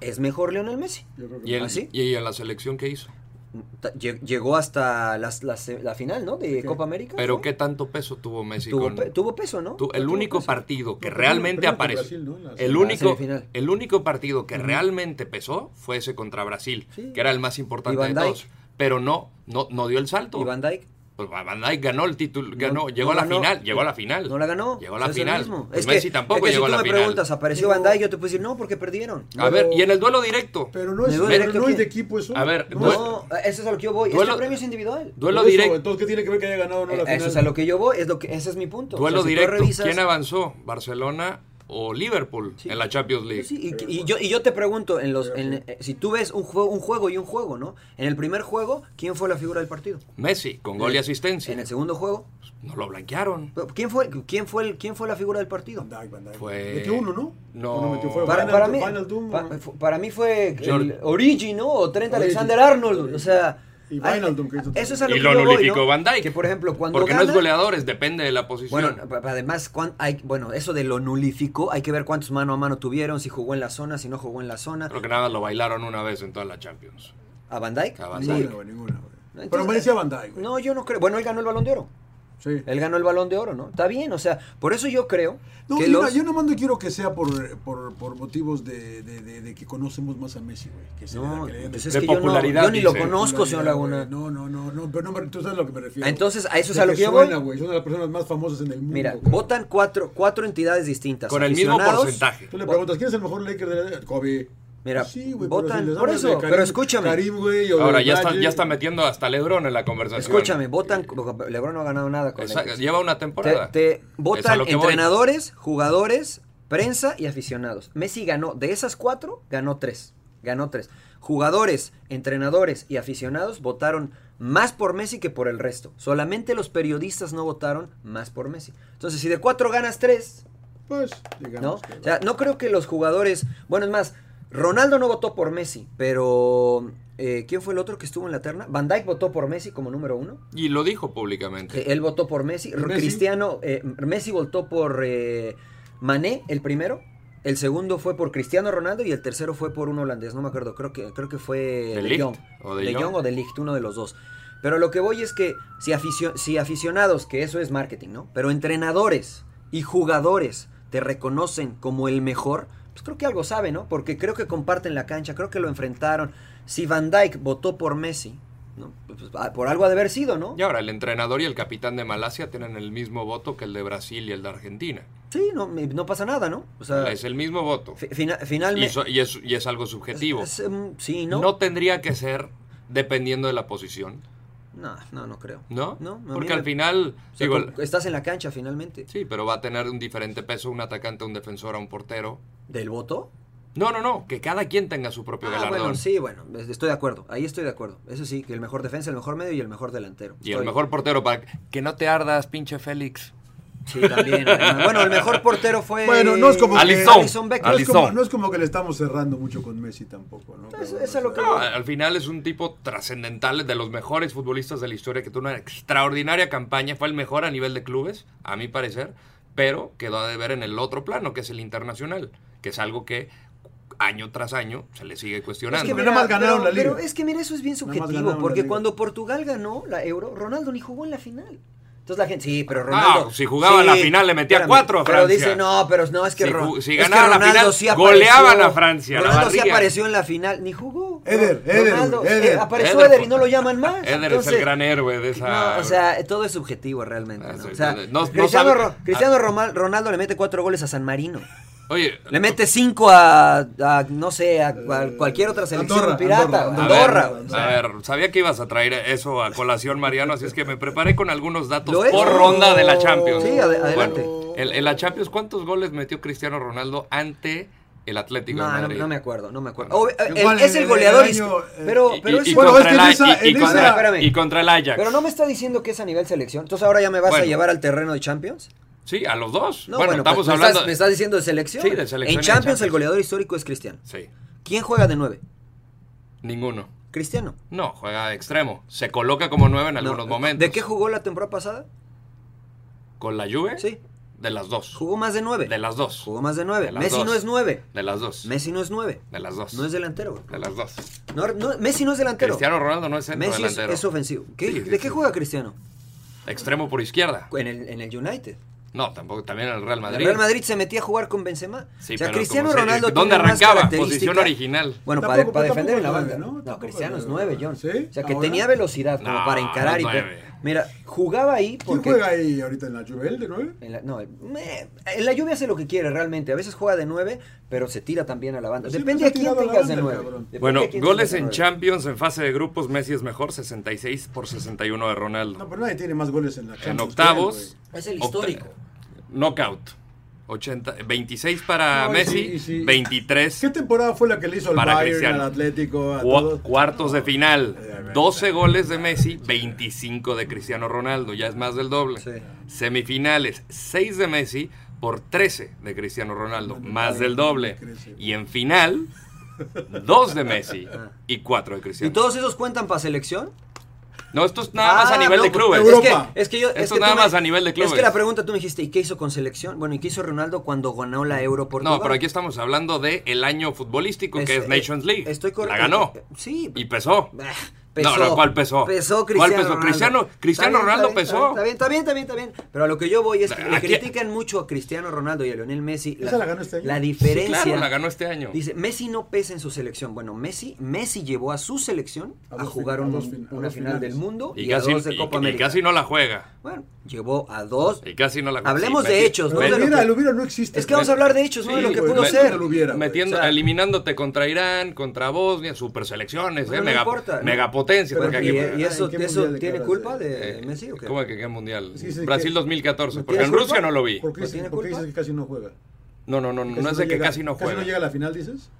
C: es mejor Lionel Messi.
A: Yo creo que
B: ¿Y, el-
C: ¿Ah, sí?
B: y- y en la selección que hizo?
C: Ta- lle- Llegó hasta las- las- la, final, ¿no? De Copa América.
B: Pero
C: ¿no?
B: qué tanto peso tuvo Messi
C: tuvo,
B: con...
C: pe- tuvo peso, ¿no?
B: tu- el
A: tuvo
B: único
A: peso.
B: partido que
A: No, pero
B: realmente
A: perdió con
B: apareció.
A: Brasil, ¿no? En la-
B: El
C: la
B: único,
C: semifinal.
B: el único partido que realmente pesó fue ese contra Brasil,
C: Sí.
B: que era el más
C: Y
B: importante de
C: Van
B: todos.
C: Dijk.
B: Pero no, no, no dio el salto.
C: Y Van Dijk.
B: Pues Van Dijk ganó el título, ganó,
C: No-
B: llegó
C: no
B: a la
C: ganó.
B: final, llegó a la final.
C: No la ganó.
B: Llegó a la
C: O sea, es el
B: final.
C: mismo.
B: Pues
C: Es
B: Messi
C: que-
B: tampoco
C: es que
B: llegó a
C: si tú
B: la
C: me
B: final.
C: preguntas, ¿apareció Van Dijk? Yo te puedo decir, no, porque perdieron.
B: A ver, y en el duelo directo.
A: Pero no es,
C: Me duele
A: pero
C: que
A: no es de
C: quién-
A: equipo eso.
B: A ver,
A: no,
B: duele-
A: es-
C: No, eso es a lo que yo voy.
B: Duelo-
C: este premio es individual.
B: Duelo
A: por eso,
B: directo.
A: Entonces, ¿qué tiene que ver que haya ganado o no
C: Eh,
A: la
C: a
A: final?
C: Eso es a lo que yo voy, es lo que, ese es mi punto. O
B: Duelo
C: sea, si tú
B: directo.
C: revisas-
B: ¿Quién avanzó? ¿Barcelona o Liverpool
C: Sí.
B: en la Champions League?
C: Sí, y, y yo, y yo te pregunto, en los, en- eh, si tú ves un juego, un juego y un juego, ¿no? En el primer juego, ¿quién fue la figura del partido?
B: Messi, con gol y asistencia.
C: En el Pues, segundo juego,
B: No lo blanquearon.
C: ¿quién fue, quién fue, el, quién fue la figura del partido?
A: Van Dijk, Van Dijk.
B: Fue-
A: Metió uno, ¿no?
B: No.
A: Uno metió, fue
C: Para,
A: Final-
C: para mí,
A: Final Doom,
C: pa- eh,
A: ¿no?
C: fu- para mí fue el
B: Jordi.
C: Origi, ¿no? O Trent
A: Origi.
C: Alexander Arnold. O sea,
A: Y
C: ay,
A: Wijnaldum, que hizo
C: eso es a lo
B: Y
C: que
B: lo
C: yo voy,
B: nulificó
C: ¿no?
B: Van Dijk.
C: Que por ejemplo, cuando
B: Porque no
C: gana-
B: es goleadores, depende de la posición.
C: Bueno, pa- pa- además, cuán- hay, bueno, eso de lo nulificó, hay que ver cuántos mano a mano tuvieron, si jugó en la zona, si no jugó en la zona.
B: Creo que nada más lo bailaron una vez en toda la Champions.
C: ¿A Van Dijk?
B: A Van
C: Sí.
B: Dijk.
A: Ninguna, güey, ninguna, güey.
C: No, entonces-
A: Pero merecía Van Dijk, güey.
C: No, yo no creo. Bueno, él ganó el Balón de Oro.
A: Sí.
C: Él ganó el balón de oro, ¿no? Está bien, o sea, por eso yo creo
A: No,
C: que
A: yo, no,
C: los-
A: yo nomás no quiero que sea por, por, por motivos de, de- de- de que conocemos más a Messi, güey. Que se
C: No,
A: la creen.
C: pues es
B: De
C: que yo, no-
B: popularidad,
C: yo ni lo
B: dice.
C: conozco, señor
A: Popularidad,
C: Laguna.
A: güey. No, no, no, no, pero no, me- tú sabes a lo que me refiero.
C: Entonces, a eso es
A: De
C: a lo que yo
A: suena,
C: voy.
A: güey. Es una de las personas más famosas en el mundo.
C: Mira,
A: cabrón.
C: votan cuatro, cuatro entidades distintas.
B: Con el mismo
C: aficionados.
B: porcentaje.
A: Tú le preguntas, ¿quién es el mejor Laker de la Kobe?
C: Mira,
A: güey,
C: votan
A: pero les
C: por
A: hablas
C: eso,
A: de Karim-
C: pero escúchame.
A: Karim, güey, o de
B: Ahora ya está,
A: Magic,
B: ya está metiendo hasta Lebron en la conversación.
C: Escúchame, votan. Lebron no ha ganado nada con
B: Esa-
C: Lakers.
B: lleva una temporada.
C: Te, te
B: Es a
C: votan
B: lo que voy.
C: entrenadores, jugadores, prensa y aficionados. Messi ganó, de esas cuatro, ganó tres. Ganó tres. Jugadores, entrenadores y aficionados votaron más por Messi que por el resto. Solamente los periodistas no votaron más por Messi. Entonces, si de cuatro ganas tres,
A: Pues, digamos.
C: ¿no?
A: que-
C: O sea, no creo que los jugadores. Bueno, es más, Ronaldo no votó por Messi, pero. eh, ¿Quién fue el otro que estuvo en la terna? Van Dyke votó por Messi como número uno.
B: Y lo dijo públicamente.
C: Eh, Él votó por Messi.
A: ¿Y Messi?
C: Cristiano, eh, Messi votó por eh, Mané, el primero. El segundo fue por Cristiano Ronaldo y el tercero fue por un holandés, no me acuerdo, creo que, creo que fue
B: De
C: De
B: Ligt
C: Jong.
B: o
C: O
B: De
C: de,
B: Jong.
C: Jong o De Ligt, uno de los dos. Pero lo que voy es que si, aficio- si aficionados, que eso es marketing, ¿no? Pero entrenadores y jugadores te reconocen como el mejor, pues creo que algo sabe, ¿no? Porque creo que comparten la cancha, creo que lo enfrentaron. Si Van Dyke votó por Messi, ¿no? Pues, pues, ah, por algo ha de haber sido, ¿no?
B: Y ahora el entrenador y el capitán de Malasia tienen el mismo voto que el de Brasil y el de Argentina.
C: Sí, no, me- no pasa nada, ¿no? O sea,
B: es el mismo voto. Y,
C: finalmente...
B: so- y es, y es algo subjetivo.
C: mm, sí, ¿no?
B: ¿no? tendría que ser dependiendo de la posición,
C: No, no, no creo.
B: ¿no?
C: No, a mí
B: Porque
C: me-
B: al final,
C: O sea,
B: digo,
C: como- estás en la cancha finalmente.
B: sí, pero va a tener un diferente peso un atacante, un defensor, a un portero.
C: ¿Del voto?
B: No, no, no, que cada quien tenga su propio
C: Ah,
B: galardón.
C: bueno, sí, bueno, es- estoy de acuerdo. Ahí estoy de acuerdo. Eso sí, que el mejor defensa, el mejor medio y el mejor delantero.
B: Y el
C: Estoy-
B: mejor portero para que no te ardas, pinche Félix.
C: Sí, también. además. bueno, el mejor portero fue...
A: Bueno, no es como que-
C: Alisson
B: Alisson.
C: Becker.
A: No es, como,
B: Alisson.
A: no es como que le estamos cerrando mucho con Messi tampoco, ¿no?
C: Es-
A: Cabrón,
C: es
A: o
C: a lo
A: sea,
C: que
B: No, al final es un tipo trascendental, de los mejores futbolistas de la historia, que tuvo una extraordinaria campaña, fue el mejor a nivel de clubes, a mi parecer, pero quedó a deber en el otro plano, que es el internacional, que es algo que año tras año se le sigue cuestionando.
A: Pero nada más ganaron
C: pero-
A: la liga.
C: pero es que mira, eso es bien
A: Nada más
C: subjetivo,
A: ganaron la
C: porque
A: liga.
C: cuando Portugal ganó la Euro, Ronaldo ni jugó en la final. Entonces la gente, sí, pero
B: Ah,
C: Ronaldo.
B: si jugaba la final le metía cuatro a
C: Pero
B: Francia.
C: dice, no, pero no, es que,
B: Si
C: Ron-
B: ju- si
C: es que
B: ganaba la
C: Ronaldo
B: final,
C: sí apareció.
B: goleaban a Francia, la
C: Ronaldo sí
B: barriga.
C: apareció en la final, ni jugó.
A: Eder,
C: No,
A: Eder,
C: Ronaldo,
A: Eder.
C: eh, apareció
B: Eder
C: Eder,
B: fue-
C: y no lo llaman más.
B: Eder
C: Entonces,
B: es el gran héroe de esa...
C: No, o sea, todo es subjetivo realmente.
B: Ah,
C: ¿no?
B: sí,
C: O sea,
B: no, no
C: Cristiano,
B: sabe- Ah.
C: Ro- Cristiano Roma- Ronaldo le mete cuatro goles a San Marino.
B: Oye,
C: Le mete 5 a, a, no sé, a, a
B: Eh,
C: cualquier otra selección
A: Andorra,
C: pirata.
A: Andorra,
C: Andorra.
A: Andorra,
B: a
C: güey.
B: ver,
C: O sea,
B: a ver, sabía que ibas a traer eso a colación, Mariano, así es que me preparé con algunos datos
C: Lo es.
B: por ronda de la Champions.
C: Sí, ade- adelante.
B: Bueno, el- en la Champions, ¿cuántos goles metió Cristiano Ronaldo ante el Atlético de
C: no, no,
B: Madrid?
C: no me acuerdo, no me acuerdo. Obvi- eh,
A: Igual
C: es
A: en
C: el
A: el
C: goleador.
A: año,
C: hist-
A: eh,
C: pero,
B: Y-
C: pero
B: y,
C: es-
B: y
A: Bueno,
B: contra
A: es que en
B: el
A: esa-
B: Aj- y- y
A: en
B: contra-
A: esa-
C: espérame.
B: y contra el Ajax.
C: pero no me está diciendo que es a nivel selección. Entonces ahora ya me vas
B: Bueno.
C: a llevar al terreno de Champions.
B: Sí, a los dos.
C: No,
B: bueno,
C: bueno,
B: estamos
C: pues, me
B: hablando.
C: estás- me estás diciendo de selección.
B: Sí, de selección y de
C: En Champions
B: Champions.
C: el goleador histórico es Cristiano.
B: Sí,
C: ¿Quién juega de 9?
B: ninguno.
C: Cristiano.
B: No, juega de extremo. Se coloca como nueve en
C: No,
B: algunos momentos.
C: ¿De qué jugó la temporada pasada?
B: ¿Con la Juve?
C: Sí.
B: De las dos.
C: Jugó más de 9.
B: De las dos.
C: Jugó más de
B: De
C: 9.
B: las
C: Messi
B: dos.
C: no es 9.
B: De las dos.
C: Messi no es 9.
B: De las dos.
C: No es delantero. güey.
B: De las dos.
C: No, no, Messi no es delantero.
B: Cristiano Ronaldo no es centro
C: Messi es,
B: delantero.
C: es ofensivo. ¿Qué-
B: Sí, sí,
C: ¿De
B: sí.
C: qué juega Cristiano?
B: Extremo por izquierda.
C: En el, en el United.
B: No, tampoco. También en el Real Madrid.
C: El Real Madrid se metía a jugar con Benzema.
B: Sí,
C: o sea,
B: pero
C: Cristiano
B: como se-
C: Ronaldo
B: ¿Dónde
C: tiene más
B: arrancaba?
C: características.
B: Posición original.
C: Bueno, para,
A: Tampoco,
C: para
A: pero
C: defender en la
A: tampoco
C: banda.
A: es nueve,
C: No,
A: ¿no? Tampoco
C: Cristiano
A: es
C: es
A: nueve.
C: nueve, John.
A: ¿Sí?
C: O sea, que
A: Ahora.
C: tenía velocidad como
B: No,
C: para encarar. y
B: no es
C: que-
B: nueve.
C: Mira, jugaba ahí
A: ¿Quién
C: porque...
A: juega ahí ahorita en la Juve, el de nueve?
C: En la, no, me- en la lluvia hace lo que quiere realmente. A veces juega de 9, pero se tira también a la banda.
A: Sí,
C: Depende
A: pues
C: a
A: se ha
C: quién
A: tirado a la
C: tengas de
A: banda,
C: 9.
A: cabrón.
B: Bueno, goles en Champions en fase de grupos, Messi es mejor, 66 por 61 de
A: No,
B: Ronaldo.
A: pero nadie tiene más goles en la
B: En
A: Champions que él,
B: octavos,
C: Es el
B: octa-
C: histórico.
B: knockout. 80, 26 para
A: No, sí,
B: Messi,
A: sí.
B: 23
A: güey. ¿Qué temporada fue la que le hizo al
B: Para
A: Bayern,
B: Cristiano.
A: al Atlético, a
C: Ah,
B: cua-
A: todos?
B: cuartos de
A: Eh,
B: final.
A: verdad.
B: 12 goles de Messi, 25 de Cristiano Ronaldo, ya es más del doble.
C: Sí.
B: Semifinales, 6 de Messi por 13 de Cristiano Ronaldo, más del doble.
A: crece.
B: Y en final, 2 de Messi y 4 de
C: Ah. ¿Y
B: Cristiano.
C: todos esos cuentan para selección?
B: No, esto es nada más a
C: Ah,
B: nivel
C: no,
B: de
C: pues,
B: clubes.
C: Es que,
A: Europa.
C: es que yo,
B: Esto
C: es que
B: es nada
C: tú me-
B: más a nivel de
C: Es
B: clubes.
C: que la pregunta tú me dijiste, ¿y qué hizo con selección? Bueno, ¿y qué hizo Ronaldo cuando ganó la Euro por
B: No, pero aquí estamos hablando de el año futbolístico que es Nations League.
C: Estoy correcto.
B: La ganó
C: Eh, Sí.
B: y pesó.
C: Bah, Pesó,
B: No, no, ¿cuál pesó?
C: Pesó
B: ¿Cuál
C: Cristiano
B: pesó?
C: Ronaldo.
B: Cristiano- Cristiano
C: Está bien,
B: Ronaldo pesó.
C: está bien, Está bien, está bien, está bien, está bien. Pero a lo que yo voy es que le
B: Aquí-
C: critican mucho a Cristiano Ronaldo y a Lionel Messi.
A: Esa la ganó este año.
C: la
A: Sí,
C: diferencia.
B: claro, la ganó este año.
C: Dice, Messi no pesa en su selección. Bueno, Messi, Messi llevó a su selección
A: A
C: a,
A: dos fin-
C: jugar
A: a
C: un-
A: dos fin- a
C: una
A: dos
C: final
A: finales.
C: del mundo y,
B: Y,
C: a
B: casi,
C: dos de
B: y-
C: Copa
B: y
C: América.
B: casi no la juega.
C: Bueno, llevó a dos.
B: Y casi no la juega.
C: Hablemos
B: Sí,
C: de
B: meti-
C: hechos, no
B: meti-
C: de lo
A: el hubiera,
C: que-
A: el hubiera no existe.
C: Es que vamos a hablar de hechos, no
B: Sí,
C: de lo que
B: güey,
C: pudo
B: me-
C: ser.
A: el hubiera, güey.
B: metiendo,
C: O sea,
B: eliminándote contra Irán, contra Bosnia, super selecciones,
C: Bueno,
B: eh,
C: no
B: mega-
C: importa, ¿no?
B: megapotencia.
A: Pero
B: porque
A: aquí-
C: y,
B: aquí-
C: y eso,
A: ¿en qué
C: eso
A: mundial
C: tiene
A: declaras,
C: culpa
A: eh?
C: de
B: eh,
C: Messi o qué?
B: ¿Cómo que qué mundial?
A: Sí, sí,
B: Brasil
A: que-
B: 2014,
A: ¿No
B: porque en
A: tienes
B: Rusia
A: culpa?
B: no lo vi.
A: ¿Por qué,
C: ¿No
A: dices-
C: tiene
A: por qué
C: culpa?
A: dices que casi no juega?
B: No, no, no, no, no es de que
A: llega-
B: casi no juega.
A: ¿Casi no llega a la final, dices?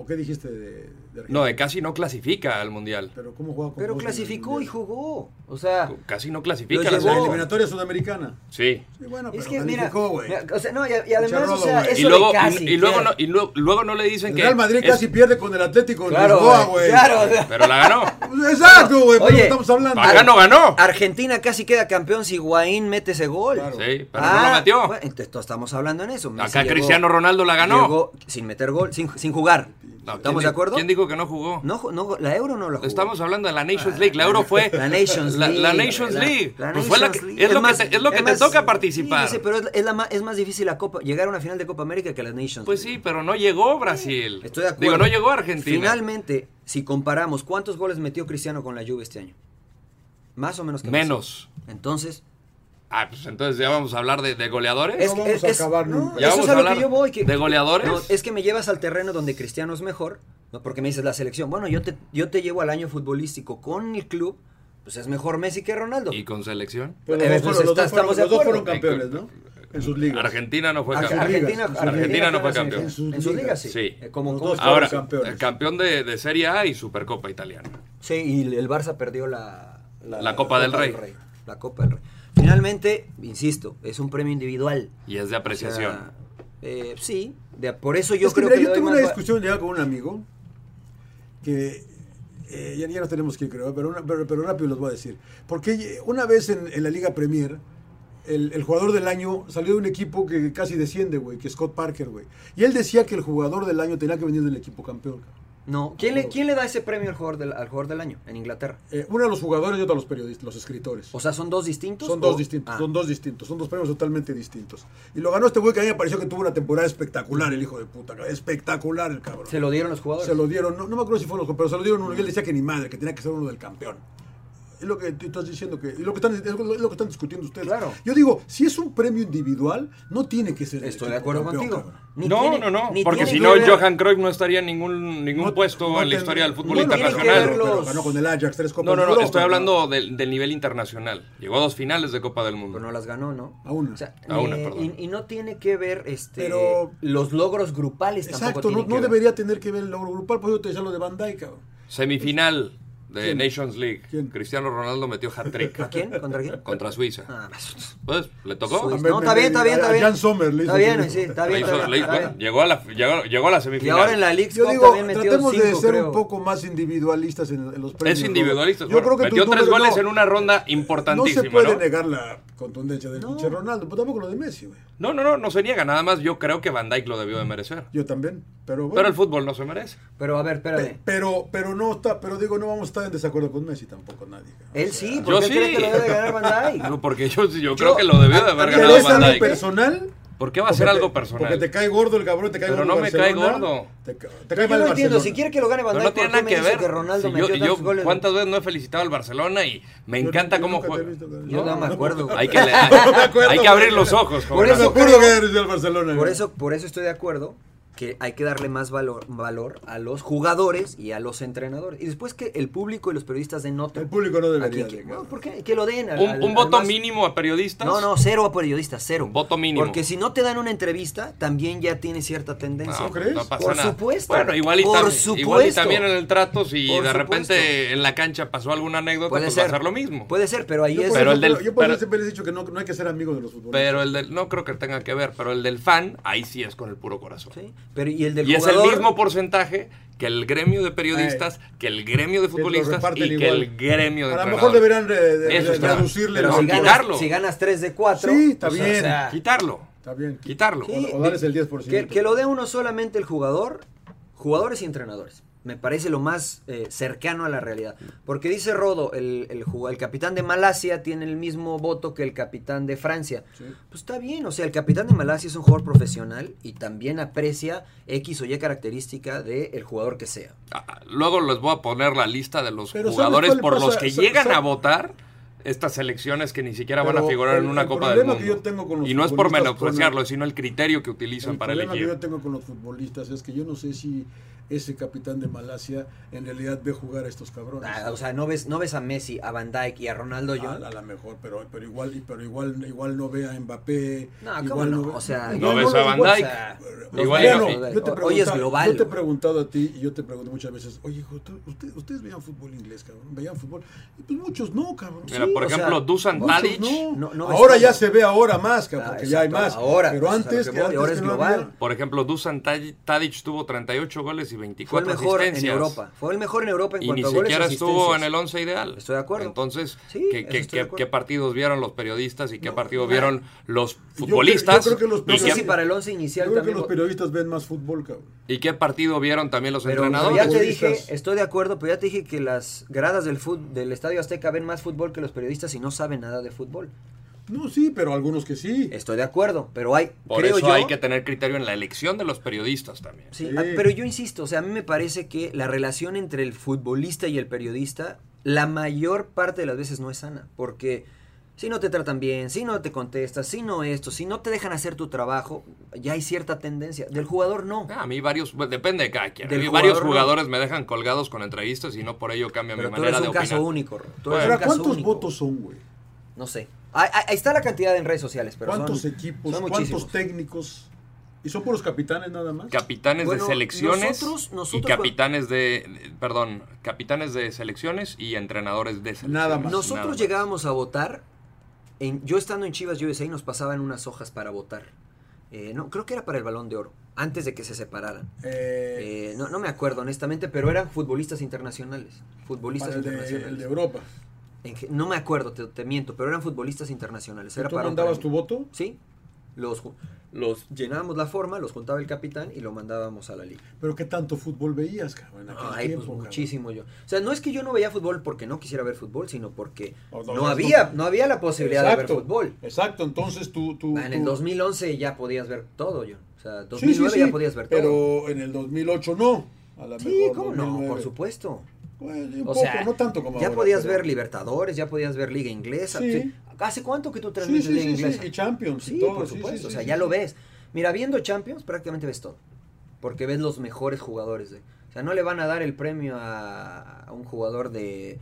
A: ¿O qué dijiste de, de Argentina?
B: No, de casi no clasifica al mundial.
A: Pero ¿cómo jugaba con
C: Pero
A: Bosnia en el
C: clasificó
A: Mundial?
C: y jugó. O sea,
B: Casi no clasifica
C: Lo
B: a la
C: llevó.
A: La
B: selección.
A: eliminatoria sudamericana.
B: Sí.
A: Sí, bueno, pero
C: es que mira,
A: calificó, güey.
C: mira, o sea, no, y, y además,
A: Charrolo,
C: o sea,
A: güey.
C: eso
B: Y luego,
C: de casi,
B: y, y luego,
C: claro.
B: no, y luego, luego no le dicen
A: El
B: que.
A: Real Madrid
B: es-
A: casi pierde con el Atlético de
C: Claro,
A: Lisboa,
C: güey,
A: güey.
C: claro, o sea.
B: Pero la ganó.
A: Pues, Exacto, güey, por
C: Oye,
A: lo que estamos hablando.
B: Acá no ganó.
C: Argentina casi queda campeón si Higuaín mete ese gol. Ah,
A: Claro.
B: Sí, pero no lo metió.
C: bueno, entonces, todos estamos hablando en eso. Messi
B: Acá
C: llegó-
B: Cristiano Ronaldo la ganó.
C: llegó sin meter gol, sin, sin jugar.
B: No, ¿quién
C: ¿Estamos
B: di-
C: de acuerdo?
B: ¿Quién dijo que no jugó?
C: No, ju- no, la Euro no la jugó.
B: Estamos hablando de la Nations League. La Euro fue.
C: Ah, La Nations
B: la-
C: League.
B: La, Nations
C: la-
B: League.
C: la
B: Pues fue la
C: Nations
B: que-
C: League.
B: es, lo que
C: más-
B: te, es lo que
C: es
B: te
C: más-
B: toca participar.
C: Sí, sí, pero es, es la ma- es más difícil la Copa, llegar a una final de Copa América que la Nations
B: Pues
C: League.
B: sí, pero no llegó Brasil.
C: Estoy de acuerdo.
B: Digo, no llegó Argentina.
C: Finalmente, si comparamos cuántos goles metió Cristiano con la Juve este año. Más o menos que Messi.
B: Menos.
C: Entonces,
B: Ah, pues entonces ya vamos a hablar de, de goleadores.
C: es,
A: vamos
C: es-
A: a
C: es-
A: acabar
C: no,
A: nunca.
B: Ya
C: eso
B: vamos
C: es
B: a
C: a lo
B: hablar
C: que yo voy. que-
B: de goleadores.
C: No, es que me llevas al terreno donde Cristiano es mejor, ¿no? porque me dices la selección. Bueno, yo te, yo te llevo al año futbolístico con el club, pues es mejor Messi que Ronaldo.
B: Y con selección.
A: Pero
C: Eh,
A: los dos
C: pues
A: fueron- los
C: está-
A: dos fueron-
C: estamos de
A: los dos fueron
C: acuerdo.
A: campeones, ¿no? En sus ligas.
B: Argentina no fue
C: Ar-
B: campeón.
C: Argentina,
A: Argentina
B: Argentina no fue
C: así,
B: campeón.
C: En sus,
A: En sus
C: ligas,
A: ligas,
C: sí.
B: sí.
C: Eh, como-
A: Los
C: como-
A: dos fueron
B: Ahora,
A: campeones.
B: eh, campeón de, de Serie A y Supercopa Italiana.
C: Sí, y el Barça perdió la,
B: La Copa del Rey.
C: La Copa del Rey. Finalmente, insisto, es un premio individual.
B: Y es de
C: O sea,
B: apreciación.
C: eh, sí, de- por eso yo
A: Yo, es que,
C: creo
A: mira,
C: que.
A: yo
C: le doy
A: tuve
C: más
A: una
C: va-
A: discusión ya con un amigo que eh, ya, ya nos tenemos que ir, creo, pero, una- pero, pero rápido los voy a decir. Porque eh, una vez en, en la Liga Premier, el, el jugador del año salió de un equipo que casi desciende, güey, que es Scott Parker, güey. Y él decía que el jugador del año tenía que venir del equipo campeón.
C: No, ¿quién le, quién le da ese premio al jugador, del, al jugador del año en Inglaterra?
A: Eh, uno a los jugadores y otro a los periodistas, los escritores.
C: O sea, ¿son dos distintos?
A: Son
C: o-
A: dos distintos,
C: Ah.
A: son dos distintos, son dos premios totalmente distintos. Y lo ganó este güey que a mí me pareció que tuvo una temporada espectacular, el hijo de puta, cabrón. espectacular el cabrón.
C: Se lo dieron los jugadores.
A: Se lo dieron, no, no me acuerdo si fueron los pero se lo dieron uno. Y él decía que ni madre, que tenía que ser uno del campeón. Es lo que tú estás diciendo que. Es lo que están, es lo- es lo que están discutiendo ustedes.
C: Claro.
A: Yo digo, si es un premio individual, no tiene que ser. el
C: Estoy de
A: equipo
C: acuerdo
A: campeón,
C: contigo.
A: cabrón.
C: Ni
B: no,
C: tiene-
B: no, no,
C: ni
B: porque
C: tiene
B: si
C: que
B: no,
C: ver-
B: Johan Cruyff no estaría en ningún, ningún
A: No-
B: puesto
A: no
B: en la
A: tendría-
B: historia del fútbol
A: bueno, tiene que
B: internacional.
A: verlo, pero
C: los-
A: ganó con el Ajax tres copas.
B: No, no,
A: de
B: no,
A: Europa,
B: estoy
A: ¿no?
B: hablando del, del nivel internacional. Llegó a dos finales de Copa del
C: Pero
B: Mundo.
C: no las ganó, ¿no?
A: A una.
C: O sea,
B: A una,
C: eh,
B: perdón.
C: Y, y no tiene que ver este,
A: Pero-
C: los logros grupales
A: Exacto,
C: tampoco.
A: no,
C: tienen
A: no
C: que ver.
A: debería tener que ver el logro grupal, pues yo te decía lo de Van Dijk, cabrón.
B: Semifinal de
A: ¿Quién?
B: Nations League.
A: ¿Quién?
B: Cristiano Ronaldo metió
C: ¿A
B: hat-trick
C: quién? ¿Contra quién?
B: contra Suiza.
C: Ah, pues,
B: Pues, le tocó.
C: Suiza.
A: ver,
C: No, está bien, está bien,
A: a-
C: está
A: a
C: bien.
A: Jan Sommer le
C: Está
A: hizo-
C: bien, sí, está
B: Le
C: bien.
B: hizo-
C: está
B: le
C: bien,
B: hizo-
C: está bien.
B: llegó, a la, llegó, llegó a la
C: Y
B: semifinal.
C: ahora en la League
A: Yo
C: Cup
A: digo,
C: también metió
A: tratemos de
C: cinco,
A: ser
C: creo.
A: un poco más individualistas en, en los premios.
B: Es individualista.
A: Robert. Yo creo que
B: metió
A: tú- tú-
B: tres
A: no,
B: goles en una ronda
A: No
B: importantísima.
A: se puede
B: ¿no?
A: negar la contundencia del pinche Ronaldo, pero tampoco lo de Messi, güey.
B: No, no, no, no se niega. Nada más yo creo que Van Dijk lo debió de merecer.
A: Yo también, pero
B: Pero
A: bueno.
B: el fútbol no se merece.
C: Pero a ver, espérame.
A: Pe- pero, pero no está, pero digo, no vamos a estar en desacuerdo con Messi tampoco nadie.
C: Él sí,
B: Yo
C: porque él
B: sí.
C: cree que lo debe ganar Van Dijk.
B: No, porque yo, yo creo que lo debió de haber
C: a-
A: Pero
B: ganado
A: es
B: Van
A: algo
B: Dijk.
A: personal.
B: ¿Por qué va a ser
A: porque
B: algo
A: te- Porque te
B: personal?
A: cae gordo el cabrón, te cae
B: Pero
A: gordo.
B: no me cae
A: Barcelona,
B: gordo.
A: Te, ca- te cae
C: Yo
A: mal
C: no
A: el
C: entiendo,
A: Barcelona.
C: si quiere que lo gane Van
B: No,
C: Dijk,
B: no
C: ¿por
B: tiene
C: qué
B: nada
C: me
B: que
C: dice
B: ver.
C: que Ronaldo
B: Si yo,
C: metió
B: yo
C: tantos goles?
B: cuántas veces no he felicitado al Barcelona y me
A: Yo-
B: encanta
A: yo
B: cómo
A: nunca te he
B: juega.
A: visto, cabrón.
C: Yo no me acuerdo.
B: Hay que, le-
A: me acuerdo,
B: hay que
A: güey.
B: abrir los ojos.
C: Por
B: joven.
A: No me
C: eso
A: acuerdo
C: creo-
A: que eres del Barcelona.
C: Por
A: güey.
C: eso, por eso estoy de acuerdo que hay que darle más valor, valor a los jugadores y a los entrenadores. Y después que el público y los periodistas den nota.
A: El público no debería
C: Aquí,
A: de-
C: aquí. No, ¿por qué? Que lo den. al-
B: un,
C: al-
B: un
C: al
B: voto
C: más-
B: mínimo a periodistas.
C: No, no, cero a periodistas, cero.
B: Voto mínimo.
C: Porque si no te dan una entrevista, también ya tiene cierta tendencia.
A: ¿No Ah, crees?
B: pasa
C: Por
B: nada.
C: supuesto.
B: Bueno, igual y,
C: Por
B: tam-
C: supuesto.
B: igual y también en el trato, si
C: Por
B: de repente
C: supuesto.
B: en la cancha pasó alguna anécdota,
C: Puede
B: pues
C: ser.
B: va a ser lo mismo.
C: Puede ser, pero ahí
A: Yo
C: es.
A: por
B: Pero
A: eso-
B: el del-
A: yo por eso
B: pero-
A: siempre les he dicho que no, no hay que ser amigos de los futbolistas.
B: Pero el del, no creo que tenga que ver, pero el del fan, ahí sí es con el puro corazón.
C: Sí, pero y el del
B: Y es el
C: jugador-
B: mismo porcentaje que el gremio de periodistas, que el gremio de
A: Que lo
B: futbolistas y
A: reparten
B: que
A: igual.
B: el gremio de
A: A lo mejor deberían
B: entrenadores.
A: de- de-
B: Eso
A: de-
B: está mal.
A: reducirle
B: Pero
A: los-
C: si
B: sin
C: ganas,
B: quitarlo.
C: si ganas 3 de pues, 4.
A: Sí, está bien.
B: Quitarlo.
A: Está bien.
B: Quitarlo.
A: O- o darles el 10%.
C: Que, que lo dé uno solamente el jugador, jugadores y entrenadores. me parece lo más eh, cercano a la realidad. Porque dice Rodo, el, el, jug- el capitán de Malasia tiene el mismo voto que el capitán de Francia.
A: Sí.
C: Pues está bien, o sea, el capitán de Malasia es un jugador profesional y también aprecia X o Y característica del jugador que sea.
B: Ah, Luego les voy a poner la lista de los
A: Pero ¿sabes
B: jugadores
A: cuál le
B: por los
A: pasa?
B: que
A: Sa-
B: llegan
A: sa-
B: a votar estas elecciones que ni siquiera van a
A: Pero
B: figurar
A: el-
B: en una
A: el
B: Copa del
A: problema
B: Mundo.
A: que yo tengo con los
B: y no es
A: futbolistas,
B: por
A: con el-
B: menospreciarlo, sino el criterio que utilizan
A: El
B: para
A: problema que yo
B: elegir.
A: tengo con los futbolistas es que yo no sé si ese capitán de Malasia en realidad ve jugar a estos cabrones.
C: Ah, o sea, no ves, no ves a Messi, a Van Dyke y a Ronaldo
A: a,
B: Ah,
C: John.
A: a la mejor, pero, pero igual, pero igual, igual no ve a Mbappé.
C: No, ¿cómo
A: igual
C: no?
A: ve-
C: O sea,
B: No ves
A: lo-
B: a Van
A: igual-
B: Dijk.
A: Los
B: Igual
A: Mariano,
B: y no.
A: yo te
C: Hoy es
A: preguntaba-
C: global.
A: Yo te he preguntado a ti y yo te pregunto muchas veces, oye, hijo, ¿tú- usted- ¿ustedes veían fútbol inglés, cabrón? ¿Veían fútbol? Y pues muchos no, cabrón.
B: Mira,
C: Sí,
B: por
C: o sea,
B: ejemplo, Dusan
A: Muchos
B: Tadic.
A: no.
C: No, no ves
A: ahora
C: todo.
A: ya se ve ahora más, cabrón,
C: Ah,
A: porque ya hay
C: exacto,
A: más.
C: ahora,
A: pero
C: eso es a lo
A: antes
C: que
A: que
C: voy,
A: antes
C: ahora
A: que
C: es
A: no
C: global.
A: había.
B: Por ejemplo, Dusan Tadi- Tadic tuvo 38 goles y
C: Fue el
B: 24
C: mejor en
B: asistencias.
C: Europa. Fue el mejor en Europa en
B: Y ni
C: cuanto a goles y
B: siquiera estuvo
C: asistencias.
B: en el 11 ideal.
C: Estoy de acuerdo.
B: Entonces,
C: Sí,
B: ¿qué,
C: eso
B: qué-
C: estoy de
B: qué-
C: acuerdo.
B: qué partidos vieron los periodistas y qué partido
A: no.
B: vieron los
A: Yo
B: futbolistas?
A: creo- yo creo que los
C: No
B: y,
C: sé
A: Pero-
C: si
B: qué,
C: para el once
A: Yo
C: inicial
A: creo que
C: también.
A: los periodistas ven más fútbol, cabrón.
B: y qué partido vieron también los
C: Pero
B: entrenadores?
C: ya te dije,
A: Futbolistas.
C: estoy de acuerdo, pero ya te dije que las gradas del fut- del Estadio Azteca ven más fútbol que los periodistas y no saben nada de fútbol.
A: No, sí, pero algunos que sí.
C: Estoy de acuerdo, pero hay,
B: Por
C: creo
B: eso
C: yo,
B: hay que tener criterio en la elección de los periodistas también.
C: Sí,
A: Sí.
C: ah, pero yo insisto, o sea, a mí me parece que la relación entre el futbolista y el periodista, la mayor parte de las veces no es sana, porque si no te tratan bien, si no te contestas, si no esto, si no te dejan hacer tu trabajo, ya hay cierta tendencia. Del jugador no.
B: Ah, a mí varios, bueno, depende de cada quien. A
C: Del
B: mí varios
C: jugador,
B: jugadores me dejan colgados con entrevistas y no por ello cambia
C: pero
B: mi
C: tú eres
B: manera
C: un
B: de opinar.
C: caso único. Ro, tú eres
B: Bueno.
C: un
A: Ahora,
C: caso
A: ¿cuántos
C: único.
A: votos son, güey?
C: No sé. Ahí, ahí- ahí está la cantidad en redes sociales, pero
A: ¿Cuántos
C: son-
A: equipos?
C: son muchísimos.
A: ¿Cuántos técnicos? ¿Y son puros capitanes nada más?
B: Capitanes
C: Bueno,
B: de selecciones
C: nosotros- nosotros
B: y capitanes de, de- perdón, capitanes de selecciones y entrenadores de selecciones.
A: Nada más.
C: Nosotros
B: Nada más.
C: llegábamos a votar. En, yo estando en Chivas USA nos pasaban unas hojas para votar. Eh, no, creo que era para el balón de oro, antes de que se separaran.
A: Eh,
C: Eh, no, no me acuerdo honestamente, pero eran futbolistas internacionales. Futbolistas
A: para el de,
C: internacionales.
A: el de Europa.
C: En ge- no me acuerdo, te, te miento, pero eran futbolistas internacionales. Era
A: ¿Tú
C: para un
A: mandabas tu
C: premio.
A: voto?
C: Sí. Los, ju- los llenábamos la forma, los juntaba el capitán y lo mandábamos a la liga.
A: ¿Pero qué tanto fútbol veías, cabrón? en aquel
C: Ay,
A: tiempo,
C: pues
A: cabrón?
C: muchísimo yo. O sea, no es que yo no veía fútbol porque no quisiera ver fútbol, sino porque
A: O
C: no,
A: no ves
C: había,
A: fútbol.
C: no había la posibilidad de ver fútbol. Ah,
A: Exacto, entonces tú... tú
C: En el
A: tú-
C: 2011 ya podías ver todo, yo. O sea,
A: Sí, sí,
C: 2009
A: sí,
C: ya podías ver todo.
A: Pero en el 2008 no. A la
C: Sí,
A: mejor
C: cómo no,
A: 2009.
C: por supuesto.
A: Bueno, Pues, un
C: O
A: poco,
C: sea,
A: no tanto como
C: ya
A: ahora,
C: podías
A: pero-
C: ver Libertadores, ya podías ver Liga Inglesa.
A: Sí.
C: Sí. ¿Hace cuánto que tú
A: Sí,
C: transmites
A: sí,
C: Liga
A: sí, sí,
C: Inglesa?
A: y Champions
C: Sí,
A: y todo.
C: por
A: sí,
C: supuesto,
A: sí,
C: o sea,
A: sí,
C: ya
A: sí.
C: lo ves. Mira, viendo Champions prácticamente ves todo, porque ves los mejores jugadores. de- O sea, no le van a dar el premio a, a un jugador de,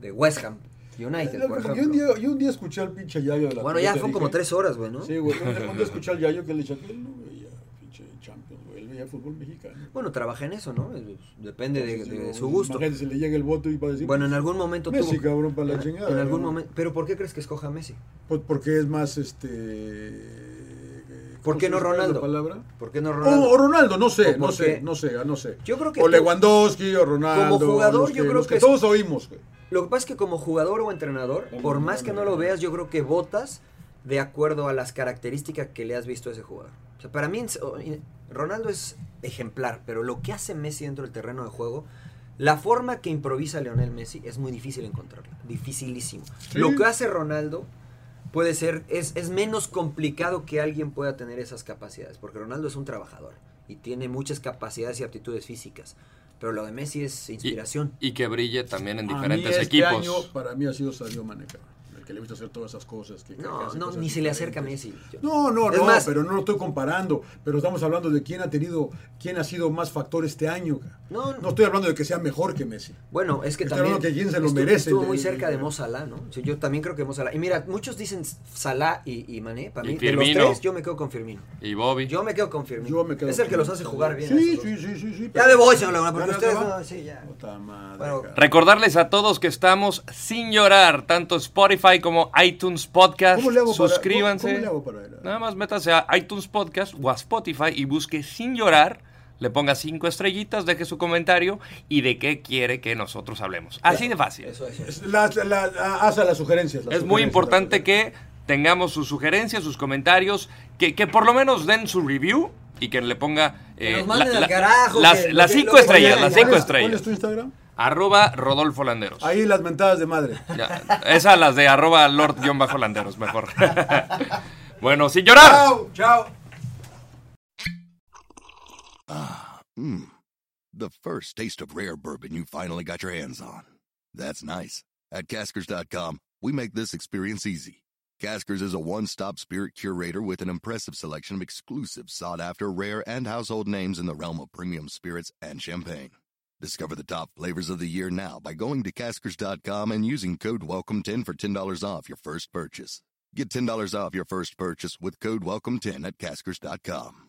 C: de West Ham United,
A: Eh, Lo-
C: por
A: porque yo,
C: ejemplo.
A: un día, yo un día escuché al pinche Yayo de la
C: bueno, ya
A: pelota,
C: fueron como
A: dije,
C: tres horas, güey, ¿no?
A: Sí, güey. Un día escuché al Yayo que le decía que él no veía pinche Champions, güey. Él veía fútbol mexicano.
C: Bueno, trabaja en eso, ¿no? Es- Depende de,
A: Entonces,
C: de
A: digo,
C: su gusto.
A: Imagínate, si le llega el voto y va a decir.
C: Bueno, en algún momento
A: Messi,
C: tuvo...
A: cabrón, para la
C: en-
A: chingada,
C: En algún
A: ¿no?
C: momento... ¿Pero por qué crees que escoja a Messi?
A: Pues porque es más este. eh,
C: ¿Por
A: ¿cómo
C: qué
A: se
C: no
A: llama la
C: Ronaldo?
A: palabra?
C: ¿Por qué no Ronaldo?
A: O, o Ronaldo, no sé,
C: ¿O
A: no
C: por
A: sé,
C: qué?
A: no sé, ah, no sé.
C: Yo creo que
A: O
C: tú-
A: Lewandowski o Ronaldo.
C: Como jugador,
A: los
C: yo creo
A: los
C: que es-
A: todos oímos, güey.
C: Lo que pasa es que como jugador o entrenador,
A: Vamos
C: por
A: a
C: más
A: ver,
C: que no
A: vamos
C: lo
A: a ver.
C: veas, yo creo que votas de acuerdo a las características que le has visto a ese jugador. O sea, para mí en- o- en- Ronaldo es ejemplar, pero lo que hace Messi dentro del terreno de juego, la forma que improvisa Lionel Messi es muy difícil encontrarla, dificilísimo.
A: Sí.
C: Lo que hace Ronaldo puede ser, es, es menos complicado que alguien pueda tener esas capacidades, porque Ronaldo es un trabajador y tiene muchas capacidades y aptitudes físicas, pero lo de Messi es inspiración.
B: y que brille también en
A: A mí
B: diferentes
A: este
B: equipos.
A: año, para mí ha sido Sadio Mané, cabrón, El que le he visto hacer todas esas cosas. Que, que
C: No,
A: hace
C: no,
A: cosas
C: ni se le acerca a
A: diferentes.
C: Messi. yo-
A: No, no,
C: Es
A: no,
C: más-
A: pero no lo estoy comparando. Pero estamos hablando de quién ha tenido, quién ha sido más factor este año. cabrón.
C: No,
A: No estoy hablando de que sea mejor que Messi.
C: Bueno, es que
A: Está
C: también
A: hablando que quién se lo
C: estuvo,
A: merece,
C: estuvo
A: el-
C: muy
A: el-
C: cerca de
A: el-
C: Mo Salah, ¿no? Sí, yo también creo que Mo Salah. Y mira, muchos dicen Salah y, y Mané. Para
B: Y
C: mí, de los
B: Firmino.
C: tres, yo me quedo con Firmino.
B: Y Bobby.
C: Yo me quedo con Firmino.
A: Yo me quedo
C: es el
A: con
C: que los
A: Messi.
C: hace jugar bien. a
A: Sí,
C: esos
A: sí,
C: dos.
A: sí, sí, sí.
C: Ya me voy, señor Laguna, porque
A: ¿Ya
C: ustedes
A: se va?
C: no, sí, ya.
A: Puta madre,
C: Bueno,
A: cabrón.
B: Recordarles a todos que estamos sin llorar, tanto Spotify como iTunes Podcast.
A: ¿Cómo le hago para-
B: Suscríbanse.
A: cómo- cómo le hago para ver?
B: Nada más métase a iTunes Podcast o a Spotify y busque sin llorar. Le ponga cinco estrellitas, deje su comentario y de qué quiere que nosotros hablemos. Así de fácil.
C: Eso es.
A: Es- las- la- la- haz a las sugerencias. las
B: Es muy
A: sugerencias,
B: importante
A: las
B: que tengamos sus sugerencias, sus comentarios, que, que por lo menos den su review y que le ponga
C: Que nos
B: eh,
C: manden al
B: la-
C: carajo,
B: las,
C: que-
B: las
C: que-
B: cinco
C: lo que
B: estrellas,
C: vayan
B: las
C: a-
B: cinco
A: ¿Cuál es- ¿Cuál
B: estrellas.
A: es tu Instagram?
B: Arroba Rodolfo Landeros.
A: Ahí las mentadas de madre.
B: Ya, esa las de arroba lord-landeros, mejor. bueno, sin llorar.
A: Chao, chao.
D: The first taste of rare bourbon you finally got your hands on. That's nice. At Caskers.com, we make this experience easy. Caskers is a one stop spirit curator with an impressive selection of exclusive, sought after, rare, and household names in the realm of premium spirits and champagne. Discover the top flavors of the year now by going to Caskers.com and using code WELCOME10 for $10 off your first purchase. Get $10 off your first purchase with code WELCOME10 at Caskers.com.